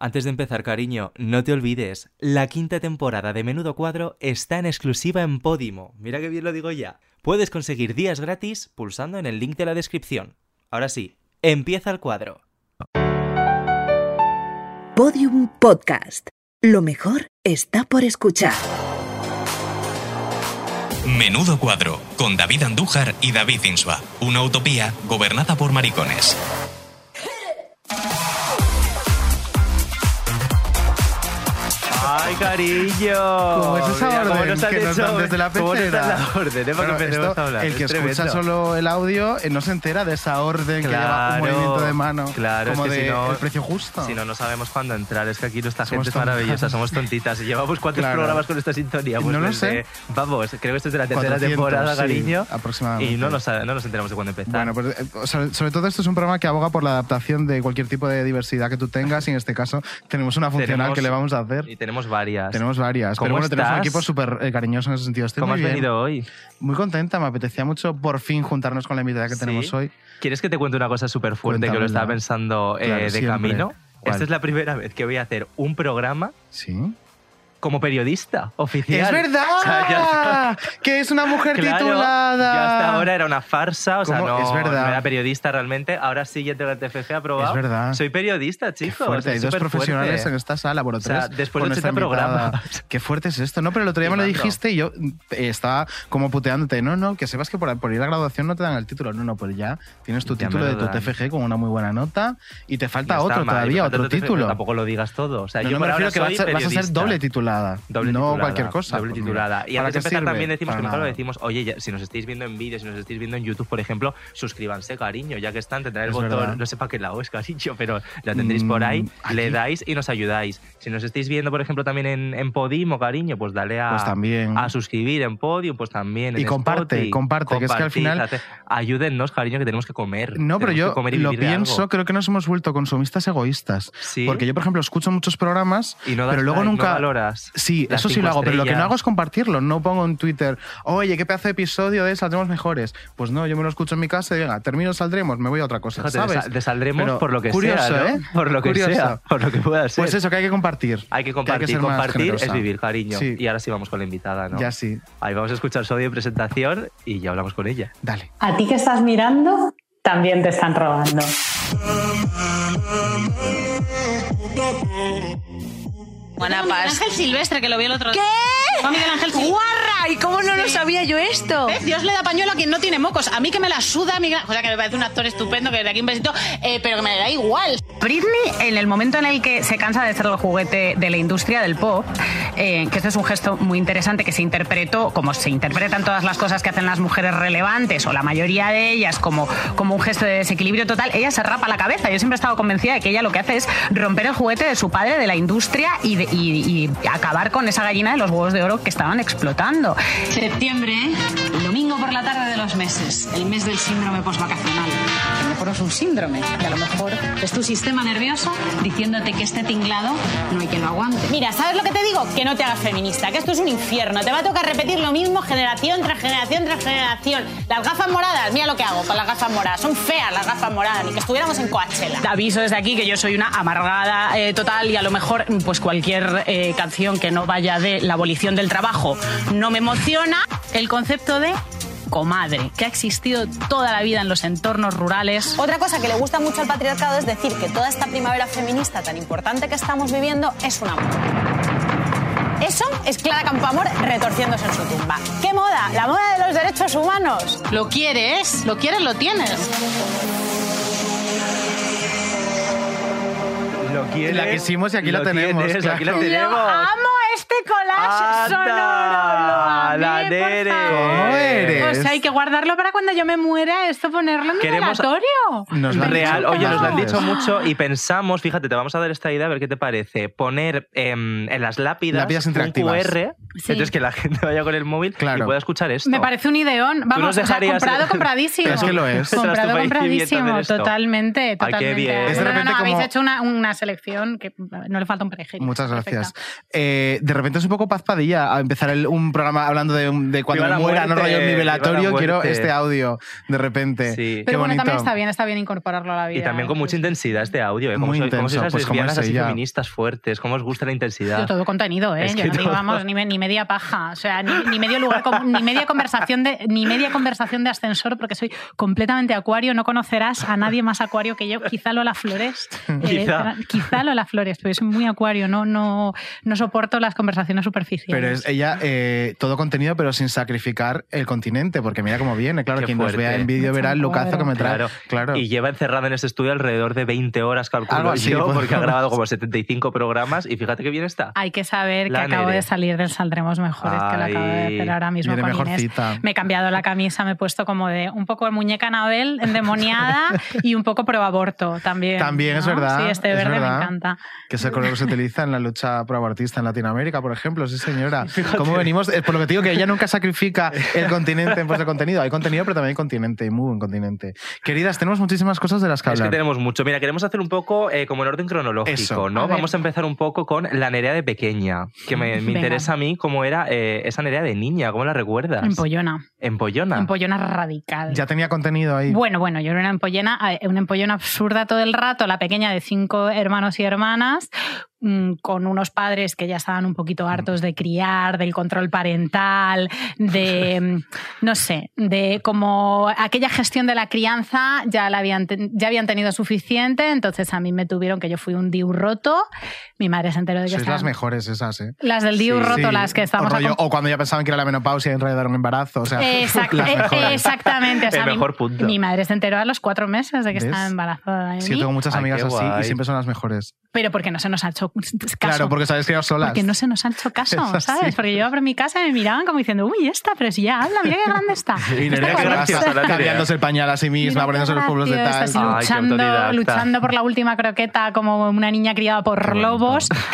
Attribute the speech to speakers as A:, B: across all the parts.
A: Antes de empezar, cariño, no te olvides, la quinta temporada de Menudo Cuadro está en exclusiva en Podimo. Mira que bien lo digo ya. Puedes conseguir días gratis pulsando en el link de la descripción. Ahora sí, empieza el cuadro.
B: Podium Podcast. Lo mejor está por escuchar.
C: Menudo cuadro, con David Andújar y David Insua. Una utopía gobernada por maricones.
A: ¡Ay, cariño!
D: ¿Cómo es esa
A: Mira, ¿cómo
D: orden
A: nos han
D: que nos
A: hecho-
D: dan desde la
A: cómo nos dan
D: pecera?
A: la orden, eh, para que
D: Claro,
A: empecemos
D: esto,
A: a hablar?
D: el que
A: Es
D: escucha
A: tremendo.
D: solo el audio eh, no se entera de esa orden que lleva un
A: Claro,
D: movimiento de mano.
A: claro,
D: como
A: es que
D: de
A: si no-
D: el precio justo.
A: Si no, no sabemos cuándo entrar. Es que aquí nuestra
D: Somos
A: gente es
D: tontas.
A: maravillosa, somos tontitas. Llevamos cuántos
D: Claro.
A: programas con esta sintonía. Pues
D: No lo
A: desde-
D: sé.
A: Vamos, creo que esto es de la tercera
D: 400,
A: temporada,
D: sí,
A: cariño.
D: aproximadamente.
A: Y no nos, no nos enteramos de cuándo empezar.
D: Bueno, pues, eh, sobre, sobre todo esto es un programa que aboga por la adaptación de cualquier tipo de diversidad que tú tengas y en este caso tenemos una funcional
A: Tenemos-
D: que le vamos a hacer.
A: Y tenemos varias.
D: pues, Tenemos varias,
A: ¿Cómo
D: pero bueno, tenemos un
A: estás?
D: equipo súper eh, cariñoso en ese sentido. Estoy
A: ¿Cómo has
D: muy bien.
A: venido hoy?
D: Muy contenta, me apetecía mucho por fin juntarnos con la invitada que
A: ¿Sí?
D: tenemos hoy.
A: ¿Quieres que te cuente una cosa súper fuerte que lo
D: Cuéntamela.
A: estaba pensando eh,
D: Claro,
A: de
D: siempre.
A: camino?
D: ¿Cuál?
A: Esta es la primera vez que voy a hacer un programa
D: Sí.
A: como periodista oficial.
D: ¡Es
A: O sea, ya-
D: verdad! ¡Que es una mujer
A: Claro,
D: titulada!
A: Yo hasta ahora era una farsa, o sea,
D: ¿Cómo?
A: no,
D: Es verdad.
A: no era periodista realmente. Ahora sí, ya tengo el TFG aprobado.
D: Es verdad.
A: Soy periodista,
D: Qué
A: chicos.
D: fuerte,
A: es
D: hay dos
A: superfuerte.
D: profesionales en esta sala, por
A: O sea, después de este 80 programas.
D: Qué fuerte es esto. No, pero el otro día
A: Qué
D: me lo
A: raro.
D: dijiste y yo mm, eh, estaba como puteándote. No, no, que sepas que por, por ir a graduación no te dan el título. No, no, pues ya tienes tu
A: Ya me
D: título
A: lo
D: de tu
A: dan.
D: TFG con una muy buena nota y te falta
A: No está
D: otro
A: mal,
D: todavía,
A: pero
D: otro
A: tanto te-
D: título.
A: Tampoco lo digas todo. O sea,
D: No,
A: yo
D: no me
A: por ahora
D: refiero que vas a,
A: soy
D: vas a ser
A: periodista.
D: doble titulada.
A: Doble
D: no
A: titulada,
D: cualquier cosa.
A: Doble
D: Pues mira,
A: titulada. Y
D: ¿para
A: antes de
D: qué
A: empezar
D: sirve?
A: también decimos
D: Para
A: que mejor lo
D: nada.
A: decimos, oye, ya- si nos estáis viendo en vídeo, si nos estáis viendo en YouTube, por ejemplo, suscríbanse, cariño, ya que están, tendrá el
D: Es
A: botón,
D: verdad.
A: no sé para qué lado es, cariño, pero la tendréis por ahí,
D: Mm,
A: le
D: aquí.
A: dais y nos ayudáis. Si nos estáis viendo, por ejemplo, también en, en Podimo, cariño, pues dale a,
D: Pues también.
A: a suscribir en Podium, pues también. en
D: Y comparte,
A: Spotify.
D: comparte, que es que al
A: Compartid,
D: final-
A: hace- Ayúdennos, cariño, que tenemos que comer.
D: No, pero
A: Tenemos
D: yo
A: que comer y
D: lo
A: vivir de
D: pienso,
A: algo.
D: creo que nos hemos vuelto consumistas egoístas.
A: Sí.
D: Porque yo, por ejemplo, escucho muchos programas,
A: Y no das
D: pero luego
A: like, no
D: nunca...
A: valoras
D: sí,
A: las
D: eso sí
A: cinco
D: lo hago, pero lo que no
A: estrellas.
D: hago es compartirlo. No pongo en Twitter, oye, qué pedazo de episodio de Saldremos Mejores. Pues no, yo me lo escucho en mi casa y venga, termino Saldremos, me voy a otra cosa,
A: Fíjate,
D: ¿sabes?
A: desa- desaldremos
D: Pero
A: por lo que
D: curioso,
A: sea, ¿no?
D: ¿eh?
A: Por lo que
D: Curioso.
A: sea, por lo que pueda ser.
D: Pues eso, que hay que compartir.
A: Hay que
D: ser
A: compartir,
D: más
A: compartir es
D: generosa.
A: vivir, cariño.
D: Sí.
A: Y ahora sí vamos con la invitada, ¿no?
D: Ya sí,
A: Ahí vamos a escuchar su audio de presentación y ya hablamos con ella.
D: dale.
E: A ti que estás mirando, también te están robando.
F: Juana
G: Miguel
F: Paz.
G: Ángel Silvestre, que lo vi el otro día.
F: ¿Qué?
G: Fue Miguel Ángel Silvestre.
F: ¡Guarra! ¿Y cómo no lo sabía yo esto?
G: ¿Ves? Dios le da pañuelo a quien no tiene mocos. A mí que me la suda Miguel O sea, que me parece un actor estupendo, que de aquí un besito, eh, pero que me da igual.
F: Britney, en el momento en el que se cansa de ser el juguete de la industria del pop, eh, que este es un gesto muy interesante que se interpretó, como se interpretan todas las cosas que hacen las mujeres relevantes, o la mayoría de ellas, como, como un gesto de desequilibrio total, ella se rapa la cabeza. Yo siempre he estado convencida de que ella lo que hace es romper el juguete de su padre, de la industria, y, de- y- y acabar con esa gallina de los huevos de oro que estaban explotando.
G: Septiembre, el domingo por la tarde de los meses, el mes del síndrome postvacacional. Que a lo mejor no es un síndrome, que a lo mejor es tu sistema nervioso diciéndote que este tinglado no hay quien lo aguante. Mira, ¿sabes lo que te digo? Que no te hagas feminista, que esto es un infierno. Te va a tocar repetir lo mismo generación tras generación tras generación. Las gafas moradas, mira lo que hago con las gafas moradas. Son feas las gafas moradas, ni que estuviéramos en Coachella.
F: aviso desde aquí que yo soy una amargada eh, total y a lo mejor pues cualquier eh, canción que no vaya de la abolición del trabajo no me emociona. El concepto de comadre, que ha existido toda la vida en los entornos rurales.
E: Otra cosa que le gusta mucho al patriarcado es decir que toda esta primavera feminista tan importante que estamos viviendo es una moda. Eso es Clara Campoamor retorciéndose en su tumba. ¿Qué moda? La moda de los derechos humanos.
G: Lo quieres, lo quieres, lo tienes.
A: Lo quieres,
D: La que hicimos y aquí la tenemos,
A: tienes,
D: claro.
A: Aquí la tenemos.
F: este collage
A: Anda, la Nere.
D: ¿Cómo eres?
F: O sea, hay que guardarlo para cuando yo me muera, esto ponerlo en mi
A: Queremos-
F: velatorio.
D: Nos la han
A: Real,
D: dicho
A: oye, nos lo han
D: tantas
A: dicho
D: veces.
A: mucho y pensamos, fíjate, te vamos a dar esta idea a ver qué te parece, poner em, en las lápidas,
D: Lápidas
A: un
D: interactivas.
A: QR,
F: Sí.
A: entonces que la gente vaya con el móvil y
D: Claro.
A: pueda escuchar esto.
F: Me parece un ideón. Vamos,
A: nos
F: o sea,
A: dejarías-
F: comprado, compradísimo.
D: Es que lo es.
A: Este
F: Comprado,
A: Estás tú ahí viviendo
F: compradísimo.
A: de esto.
F: Totalmente,
A: Ay, qué
F: totalmente.
A: bien.
D: Es de
F: No, no, no,
D: repente
F: habéis
D: como-
F: hecho una, una
H: selección que no le falta un perejil.
D: Muchas gracias.
H: Perfecta.
D: Eh, de repente es un poco pazpadilla a empezar el- un programa hablando de, un- de cuando
I: Viva la
D: me muera, no
I: muerte,
D: rollo en mi
I: viva la
D: velatorio. Quiero
I: muerte.
D: este audio de repente.
I: Sí.
H: Pero bueno,
D: bonito.
H: también está bien, está bien incorporarlo a la vida.
I: Y también con mucha intensidad este audio, ¿eh? Como,
D: pues. Muy
I: soy- como
D: intenso,
I: sois las
D: pues como
I: lesbianas
D: es
I: así
D: ella.
I: feministas fuertes, cómo os gusta la
H: Yo
I: intensidad.
H: todo contenido, ¿eh?
I: Es
H: Yo
I: que
H: no digo,
I: todo.
H: vamos, ni, me- ni media paja. O sea, ni, ni medio lugar, com- ni media conversación de, ni media conversación de ascensor, porque soy completamente acuario. No conocerás a nadie más acuario que yo. Quizá Lola Flores. eh,
I: Quizá.
H: quizá Lola Flores, pero soy muy acuario. No, no, no soporto las conversaciones superficiales.
D: Pero es ella eh, todo contenido, pero sin sacrificar el continente, porque mira cómo viene. Claro,
I: Qué
D: quien nos
I: fuerte.
D: vea en vídeo verá el
H: Mucho
D: lucazo que me trae.
I: Claro,
D: Claro,
I: Y lleva encerrada en ese estudio alrededor de 20 horas, calculo
D: Algo así,
I: yo,
D: pues.
I: porque ha grabado como 75 programas y fíjate que bien está.
H: Hay que saber
I: La
H: que acabo
I: Nere.
H: de salir del Saldremos Mejores, que lo acabo de
I: Ay,
H: hacer ahora mismo
D: viene
H: con Inés.
D: mejorcita.
H: Me he cambiado la camisa, me he puesto como de un poco muñeca Anabel, endemoniada, y un poco pro aborto también.
D: También es
H: ¿no?
D: verdad,
H: Sí, este
D: es
H: verde
D: verdad.
H: me encanta.
D: Que es el color que se utiliza en la lucha proabortista en Latinoamérica, por ejemplo. Sí, señora. ¿Cómo venimos? Eh, Por lo que te digo, que ella nunca sacrifica el continente en pos de contenido. Hay contenido, pero también hay continente, y muy buen continente. Queridas, tenemos muchísimas cosas de las que
I: Es que
D: hablar.
I: tenemos mucho. Mira, queremos hacer un poco eh, como en orden cronológico,
D: Eso.
I: ¿no?
H: A ver.
I: Vamos a empezar un poco con la Nerea de pequeña, que me, me
H: Venga.
I: interesa a mí cómo era eh, esa Nerea de niña, ¿cómo la recuerdas?
H: Empollona.
I: Empollona.
H: Empollona radical.
D: Ya tenía contenido ahí.
H: Bueno, bueno, yo era una empollona, eh, una empollona absurda todo el rato, la pequeña de cinco hermanos y hermanas, mm, con unos padres que ya estaban un poquito hartos de criar, del control parental, de, mm, no sé, de como aquella gestión de la crianza ya, la habían, ten- ya habían tenido suficiente, entonces a mí me tuvieron que yo fui un diu roto, mi madre se enteró de que
D: Sois las
H: estaban-
D: mejores esas, ¿eh?
H: las del diu
I: Sí,
H: roto,
D: Sí.
H: las que estamos
D: o, rollo-
H: acom-
D: o cuando ya pensaban que era la menopausia y en realidad era un embarazo. O sea,
H: Exact-
D: las
H: eh,
D: mejores.
H: exactamente. o sea,
I: El
H: mi-
I: mejor punto.
H: Mi madre se enteró a los cuatro meses de que
D: ¿Ves?
H: estaba embarazada. de
D: Sí, yo
H: mí,
D: tengo muchas
I: Ay,
D: amigas
I: qué
D: así
I: guay.
D: y siempre son las mejores.
H: Pero porque no se nos ha hecho caso.
D: Claro, porque sabes que eran solas.
H: Porque no se nos ha hecho
D: Es
H: caso,
D: así.
H: ¿sabes? Porque yo abro mi casa y me miraban como diciendo, uy, esta, pero si ya habla, mira qué grande está.
D: Y Nerea,
H: Esta
D: qué
H: guapa
I: graciosa,
H: está.
I: la Nerea.
D: Cambiándose el pañal a sí misma,
H: Mira
D: poniéndose
H: qué
D: los pueblos de
H: graciosa,
D: tal.
I: Ay,
H: estás
I: qué autodidacta.
H: luchando, luchando por la última croqueta como una niña criada por
D: bonito.
H: lobos.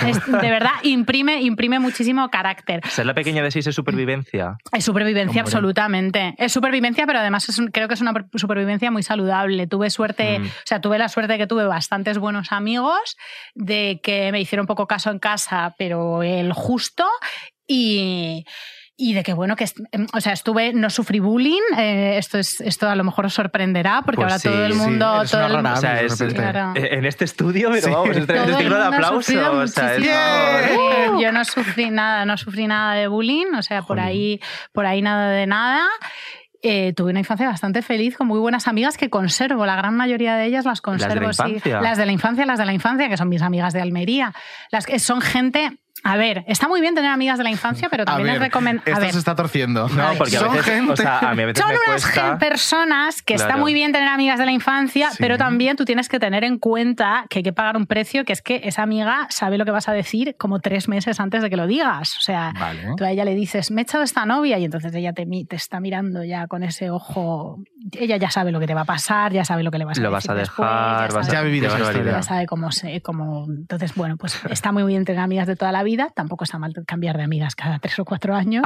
H: Es- de verdad, imprime, imprime muchísimo carácter.
I: Ser la pequeña de seis es supervivencia.
H: Es supervivencia,
D: Hombre.
H: absolutamente. Es supervivencia, pero además es un- creo que es una per- supervivencia muy saludable. Tuve suerte,
I: Mm.
H: o sea, tuve la suerte de que tuve bastantes buenos amigos, de que me hicieron poco caso en casa, pero el justo, y, y de que, bueno, que, est- em, o sea, estuve, no sufrí bullying. eh, esto, es, esto a lo mejor os sorprenderá, porque
I: Pues
H: ahora
I: sí,
H: todo el
I: sí,
H: mundo.
D: eres
H: todo
D: una
H: el
D: rara.
H: mundo-
I: o sea,
D: de
I: es,
D: repente.
H: Claro.
I: eh, en este estudio, pero
D: Sí.
I: vamos, este,
H: Todo
I: este
H: el
I: signo de
H: mundo ha
I: aplauso.
H: sufrido
I: o sea, es-
H: muchísimo
I: vamos.
H: bullying. Yo no sufrí nada, no sufrí nada de bullying, o sea, por
D: Jolín.
H: ahí, por ahí nada de nada. Eh, tuve una infancia bastante feliz con muy buenas amigas que conservo, la gran mayoría de ellas
I: de la
H: las conservo, sí.
I: infancia.
H: Las de la infancia, las de la infancia, que son mis amigas de Almería. Las que son gente. A ver, está muy bien tener amigas de la infancia, pero
D: A
H: también
D: ver,
H: es recomendable.
D: esto se está torciendo.
I: No, porque a
D: Son
I: veces,
D: gente.
I: o sea, a mí a veces
H: Son
I: me
H: unas
I: cuesta...
H: gen- personas que está
I: Claro.
H: muy bien tener amigas de la infancia,
D: Sí.
H: pero también tú tienes que tener en cuenta que hay que pagar un precio que es que esa amiga sabe lo que vas a decir como tres meses antes de que lo digas. O sea,
D: Vale.
H: tú a ella le dices, me he echado esta novia y entonces ella te, mi- te está mirando ya con ese ojo. Ella ya sabe lo que te va a pasar, ya sabe lo que le vas a
I: Lo vas
H: decir.
I: a
H: después,
I: dejar, vas
H: ya
I: a...
H: sabe-
D: Ya he vivido
I: qué
D: esa
I: barbaridad.
D: historia.
H: ya sabe cómo se, cómo... Entonces, bueno, pues está muy bien tener amigas de toda la vida. Tampoco está mal cambiar de amigas cada tres o cuatro años.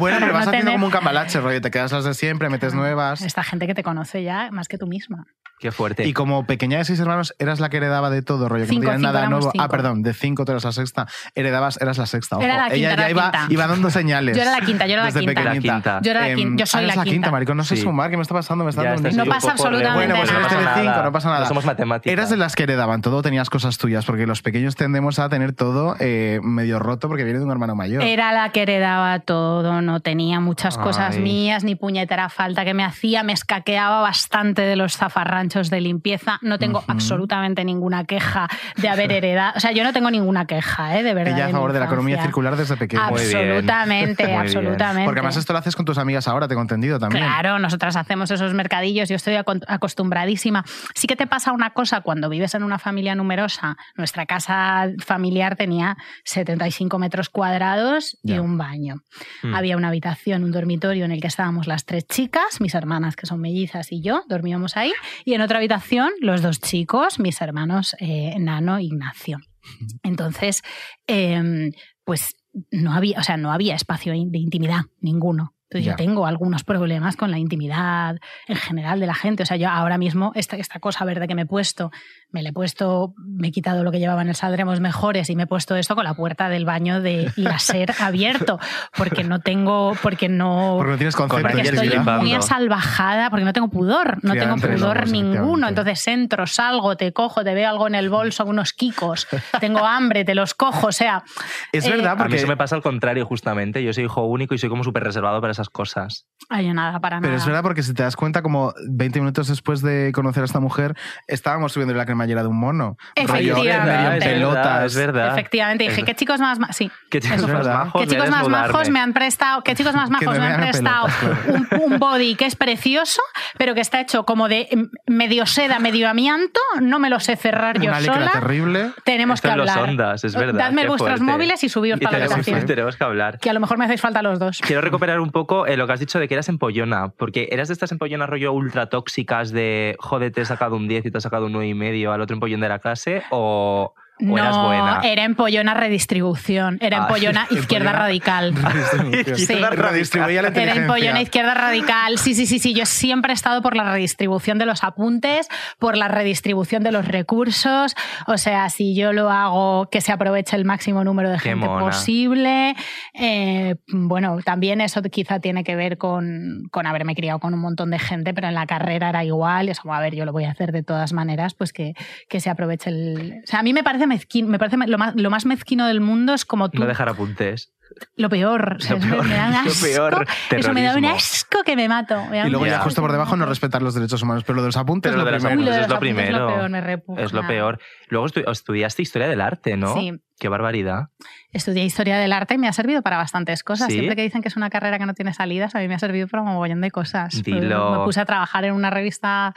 D: Bueno,
H: Para
D: pero vas haciendo
H: no tener- Ah, este.
D: como un cambalache, rollo. Te quedas las de siempre, metes nuevas.
H: Esta gente que te conoce ya más que tú misma.
I: Qué fuerte.
D: Y como pequeña de seis hermanos, eras la que heredaba de todo, rollo, que no
H: Cinco,
D: tenías
H: cinco,
D: nada
H: éramos
D: nuevo. Ah,
H: cinco.
D: perdón, de cinco tú eras la sexta. Heredabas, eras la sexta. Ojo.
H: Era la quinta,
D: Ella
H: era
D: ya
H: la
D: iba,
H: quinta.
D: iba dando señales.
H: Yo era la quinta, yo era la
D: desde
H: quinta.
D: pequeñinita.
I: La quinta.
H: Yo era la
D: Em,
H: quinta, yo soy
D: ah,
H: la
D: eres la quinta,
H: quinta.
D: maricón. No sé
I: Sí.
D: sumar, ¿qué me está pasando? Me está
I: Ya está,
D: dando un
H: No
I: soy un
H: pasa
I: poco rebelde.
H: absolutamente
D: Bueno, pues eres
H: nada.
D: Telecinco, no pasa nada.
I: No somos matemáticas.
D: Eras de las que heredaban todo, tenías cosas tuyas, porque los pequeños tendemos a tener todo eh, medio roto porque viene de un hermano mayor.
H: Era la que heredaba todo, no tenía muchas cosas
I: Ay.
H: mías, ni puñetera falta que me hacía, me escaqueaba bastante de los zafarranchos de limpieza. No tengo absolutamente ninguna queja de haber heredado. O sea, yo no tengo ninguna queja, ¿eh? de verdad.
D: Ella a
H: mi
D: favor de la economía
H: infancia.
D: circular desde pequeño.
I: Muy bien.
H: Absolutamente,
I: Muy bien.
H: absolutamente.
D: Porque además esto lo haces con tus amigas ahora, tengo entendido también.
H: Claro, nosotras hacemos esos mercadillos, yo estoy acon- acostumbradísima. Sí que te pasa una cosa cuando vives en una familia numerosa. Nuestra casa familiar tenía 75 metros cuadrados y
D: Ya.
H: un baño.
I: Mm.
H: Había una habitación, un dormitorio en el que estábamos las tres chicas, mis hermanas que son mellizas y yo, dormíamos ahí. Y en otra habitación los dos chicos, mis hermanos eh, Nano e Ignacio. Entonces, em, pues no había, o sea, no había espacio in- de intimidad ninguno. Entonces
D: Ya.
H: yo tengo algunos problemas con la intimidad en general de la gente. O sea, yo ahora mismo esta, esta cosa verde que me he puesto, me le he puesto, me he quitado lo que llevaba en el Saldremos Mejores y me he puesto esto con la puerta del baño de la ser abierto, porque no tengo, porque no...
D: Porque no tienes concepto de
H: Porque
I: Porque
H: estoy
I: estoy
D: intimidad.
I: flipando.
H: muy asalvajada, porque no tengo pudor, no
D: Criada
H: tengo
D: entre
H: pudor
D: lobos,
H: ninguno.
D: efectivamente.
H: Entonces entro, salgo, te cojo, te veo algo en el bolso, unos quicos, tengo hambre, te los cojo, o sea,
D: Es
H: Eh,
D: verdad,
I: A mí
D: Ah, porque.
I: se me pasa al contrario, justamente. Yo soy hijo único y soy como súper reservado para esas cosas.
H: ay, yo nada, para
D: Pero
H: nada.
D: es verdad porque si te das cuenta, como 20 minutos después de conocer a esta mujer, estábamos subiendo la cremallera de un mono. Rollo,
H: Efectivamente.
D: medio en
H: Es verdad,
D: pelotas.
I: es verdad.
H: Efectivamente, dije,
I: Es-
H: ¿qué chicos más, más? Sí,
I: Que chicos
H: eso fue.
I: más
D: verdad.
I: majos,
H: ¿Qué chicos más
I: desnudarme.
H: majos me han prestado? ¿Qué chicos más
D: Que
H: majos
D: me
H: me han
D: vean a
H: prestado
D: pelotas,
H: un, un body que es precioso, pero que está hecho como de mm, medio seda, medio amianto? No me lo sé cerrar yo
D: Una licra
H: sola.
D: terrible.
H: Tenemos
I: Esto
H: que
I: en los
H: hablar.
I: Ondas, es verdad.
H: Dadme
I: qué
H: vuestros
I: fuerte.
H: móviles y subíos para la
D: tenemos-
H: habitación.
I: Tenemos que hablar.
H: Que a lo mejor me hacéis falta los dos.
I: Quiero recuperar un poco eh, lo que has dicho de que eras empollona, porque eras de estas empollonas rollo ultra tóxicas de joder, te he sacado un 10 y te he sacado un 9 y medio al otro empollón de la clase, o, o eras buena.
H: era empollona redistribución, era
I: Ah,
H: empollona izquierda
D: empollona.
H: redical. Sí.
D: Redistribuía la
H: Era empollona
D: inteligencia.
H: izquierda radical. Sí, sí, sí, sí. Yo siempre he estado por la redistribución de los apuntes, por la redistribución de los recursos. O sea, si yo lo hago, que se aproveche el máximo número de
I: Qué
H: gente
I: mona.
H: posible. Eh, bueno, también eso quizá tiene que ver con, con haberme criado con un montón de gente, pero en la carrera era igual. Y es como, a ver, yo lo voy a hacer de todas maneras, pues que, que se aproveche el. O sea, a mí me parece mezquino, me parece me- lo más, lo más mezquino del mundo es como tú
I: No dejar apuntes.
H: lo peor. o sea,
I: Lo
H: eso me-
I: peor,
H: me da un
I: lo
H: asco.
I: peor,
H: Eso me da un
I: terrorismo.
H: asco que me mato. me da
D: Y
H: un
D: luego ya
I: Ya.
H: asco
D: justo por
H: que me
D: debajo no
H: mato.
D: respetar los derechos humanos, pero lo de los apuntes
I: Pero lo
D: es lo
I: de las
D: primero.
H: Uy,
I: es
H: de los
I: lo
H: apuntes
I: primero.
H: Es lo peor, me repugna.
I: Es lo peor. Luego estu- estudiaste historia del arte, ¿no?
H: Sí.
I: Qué barbaridad.
H: Estudié historia del arte y me ha servido para bastantes cosas.
I: ¿Sí?
H: Siempre que dicen que es una carrera que no tiene salidas, a mí me ha servido para un mogollón de cosas. Pues
I: Dilo.
H: Me puse a trabajar en una revista.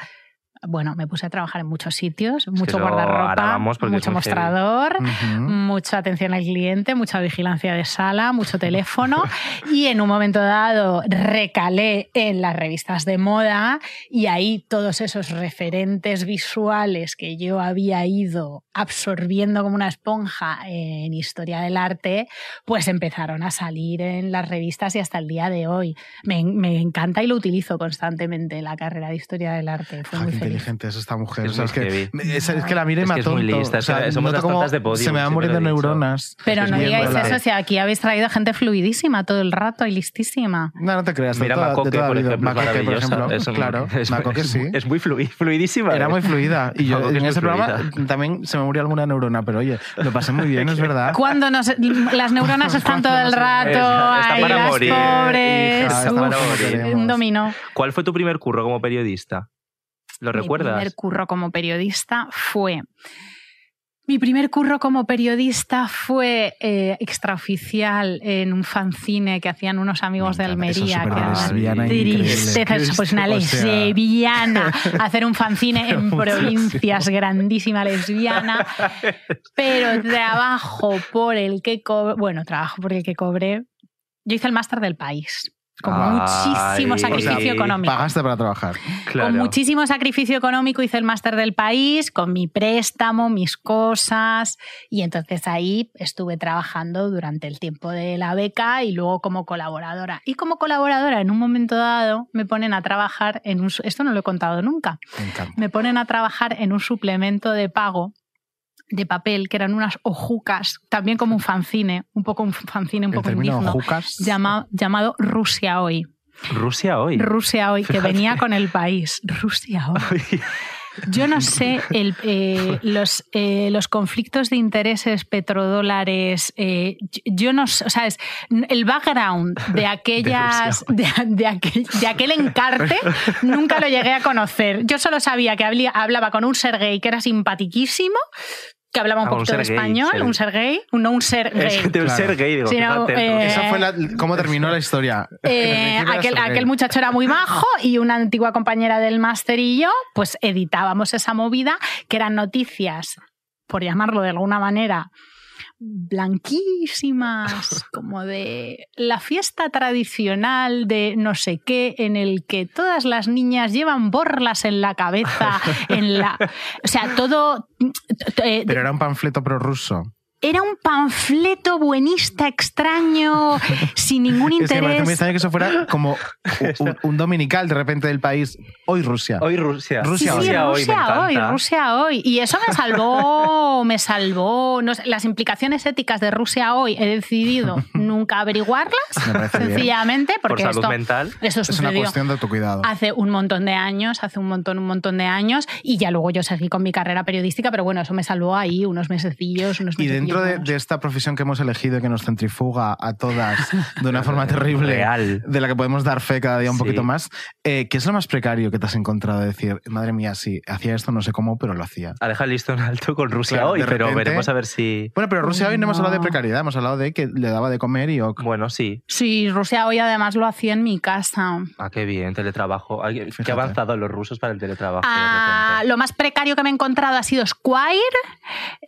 H: Bueno, me puse a trabajar en muchos sitios,
I: que eso
H: mucho
I: ahora
H: guardarropa,
I: vamos porque
H: mucho
I: es muy heavy.
H: mostrador,
D: Ujú.
I: Mm,
H: mucha atención al cliente, mucha vigilancia de sala, mucho teléfono y en un momento dado recalé en las revistas de moda y ahí todos esos referentes visuales que yo había ido absorbiendo como una esponja en historia del arte, pues empezaron a salir en las revistas y hasta el día de hoy. Me, me encanta y lo utilizo constantemente la carrera de historia del arte. Fue
D: Ah,
H: muy
D: qué
H: feliz.
D: inteligente es esta mujer.
I: Es
D: o sea,
I: muy
D: es, que,
I: heavy.
D: es, es que la mira y
I: Es
D: me
I: que es muy
D: atonto.
I: lista,
D: O sea,
I: es que somos
D: noto
I: las
D: cómo
I: tontas de podium,
D: Se me van
I: siempre
D: muriendo
I: lo he dicho.
D: neuronas.
H: Pero
I: Es
H: no
I: muy
H: digáis
I: importante.
H: eso, o sea, aquí habéis traído gente fluidísima todo el rato y listísima.
D: No, no te creas.
I: Mira,
D: de toda-
I: Macoque,
D: de toda
I: por
D: la vida.
I: ejemplo, es
D: Macoque, por
I: maravillosa.
D: ejemplo.
I: Es un-
D: claro,
I: es-
D: Macoque
I: es-
D: sí.
I: Es muy flui- fluidísima.
D: Era
I: ¿eh?
D: muy fluida. Y yo
I: Macoque es
D: en
I: muy
D: ese programa
I: fluida.
D: también se me murió alguna neurona, pero oye, lo pasé muy bien, es verdad.
H: Cuando nos, las neuronas están
D: Cuando
H: todo el
D: nos-
H: rato
I: Está- está
H: ahí,
I: para
H: las
I: morir,
H: pobres,
I: hija, está para
H: uf,
I: morir.
H: un dominó.
I: ¿Cuál fue tu primer curro como periodista? ¿Lo
H: Mi
I: recuerdas?
H: primer curro como periodista fue. Mi primer curro como periodista fue eh, extraoficial en un fanzine que hacían unos amigos de Almería. que
I: superhéroes.
H: eran-
I: lesbiana,
H: Tristeza, eso, pues una lesbiana, hacer un fanzine en
D: muchísimo.
H: provincias, grandísima lesbiana, pero trabajo por el que cobré, bueno, trabajo por el que cobré, yo hice el máster del país, con muchísimo
I: Ay.
H: sacrificio
I: O sea,
H: económico.
D: Pagaste para trabajar.
I: Claro.
H: Con muchísimo sacrificio económico hice el máster del país, con mi préstamo, mis cosas. Y entonces ahí estuve trabajando durante el tiempo de la beca y luego como colaboradora. Y como colaboradora, en un momento dado, me ponen a trabajar en un... su- Esto no lo he contado nunca.
D: Me encanta.
H: Me ponen a trabajar en un suplemento de pago de papel, que eran unas hojucas, también como un fanzine, un poco un fanzine, un
D: El
H: poco
D: término
H: indigno,
D: Jucas.
H: llama- llamado Rusia Hoy.
I: Rusia hoy.
H: Rusia hoy, que venía con el país. Rusia hoy. Yo no sé el, eh, los, eh, los conflictos de intereses petrodólares. eh, yo- yo no sé, o sea, es el background de aquellas, de, de aquel, de aquel encarte, nunca lo llegué a conocer. Yo solo sabía que hablía- hablaba con un Sergei que era simpatiquísimo, que hablaba un
I: Ah, un
H: poquito de
I: Sergei,
H: español,
I: Sergei.
H: un Sergei, un- no un Sergei.
I: Es que tengo
D: Claro.
I: ser gay, digo,
H: Sí, no,
I: fíjate,
H: eh,
I: Rusia.
D: Esa fue la, cómo terminó la historia.
H: Eh,
D: Era
H: aquel,
D: Sergei.
H: aquel muchacho era muy majo y una antigua compañera del máster y yo, pues editábamos esa movida que eran noticias, por llamarlo de alguna manera, blanquísimas, como de la fiesta tradicional de no sé qué, en el que todas las niñas llevan borlas en la cabeza, en la, o sea, todo, eh,
D: Pero era un panfleto prorruso.
H: Era un panfleto buenista extraño, sin ningún
D: Es que me parece muy
H: interés.
D: extraño que eso fuera como un, un dominical de repente del país. Hoy Rusia.
A: Hoy Rusia.
D: Rusia
H: sí, sí,
A: hoy,
D: hoy.
A: me
H: Rusia hoy,
A: encanta.
H: Rusia hoy. Y eso me salvó, me salvó. No sé, las implicaciones éticas de Rusia hoy he decidido nunca
D: Me
H: averiguarlas,
D: parece bien.
H: sencillamente,
A: Por
H: porque
A: salud
H: esto,
A: mental.
H: esto
D: Es una
H: sucedió
D: cuestión de autocuidado.
H: hace un montón de años, hace un montón, un montón de años, y ya luego yo seguí con mi carrera periodística, pero bueno, eso me salvó ahí unos mesecillos, unos
D: Y dentro de,
H: mesecillos
D: de esta profesión que hemos elegido y que nos centrifuga a todas de una forma terrible,
A: Real.
D: de la que podemos dar fe cada día un
A: Sí.
D: poquito más, eh, ¿qué es lo más precario que te has encontrado? Decir, madre mía, sí, hacía esto, no sé cómo, pero lo hacía.
A: Ha dejado el listón alto con Rusia
D: Claro,
A: hoy,
D: de
A: pero
D: repente-
A: veremos a ver si.
D: Bueno, pero Rusia hoy no hemos hablado de
H: No.
D: precariedad, hemos hablado de que le daba de comer y... ok.
A: Bueno, sí.
H: Sí, Rusia hoy además lo hacía en mi casa.
A: Ah, qué bien, teletrabajo. Ay, Qué
D: Fíjate.
A: avanzado los rusos para el teletrabajo. de
H: Ah,
A: repente.
H: lo más precario que me he encontrado ha sido Squire.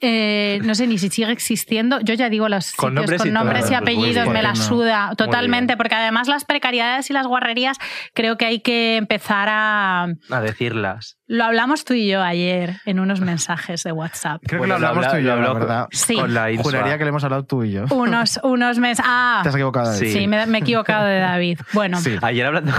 H: Eh, no sé ni si sigue existiendo. Yo ya digo los
A: Con
H: sitios
A: nombres y
H: con nombres
A: todo. pues
H: y
A: Muy
H: apellidos,
A: bien.
H: me la
D: ¿Por qué no?
H: suda totalmente,
A: bien.
H: porque además las precariedades y las guarrerías creo que hay que empezar a...
A: A decirlas.
H: Lo hablamos tú y yo ayer en unos mensajes de WhatsApp.
D: Creo
A: Bueno,
D: que lo hablamos
A: habla-
D: tú y yo,
A: lo
D: la
A: habló
D: verdad.
A: con-
H: Sí.
A: Con la Insua.
D: Juraría que le hemos hablado tú y yo.
H: Unos, unos meses... Ah,
D: Te has equivocado.
A: Sí.
D: Sí.
H: sí, me, me he equivocado de David. Bueno.
D: Sí.
A: Ayer hablando,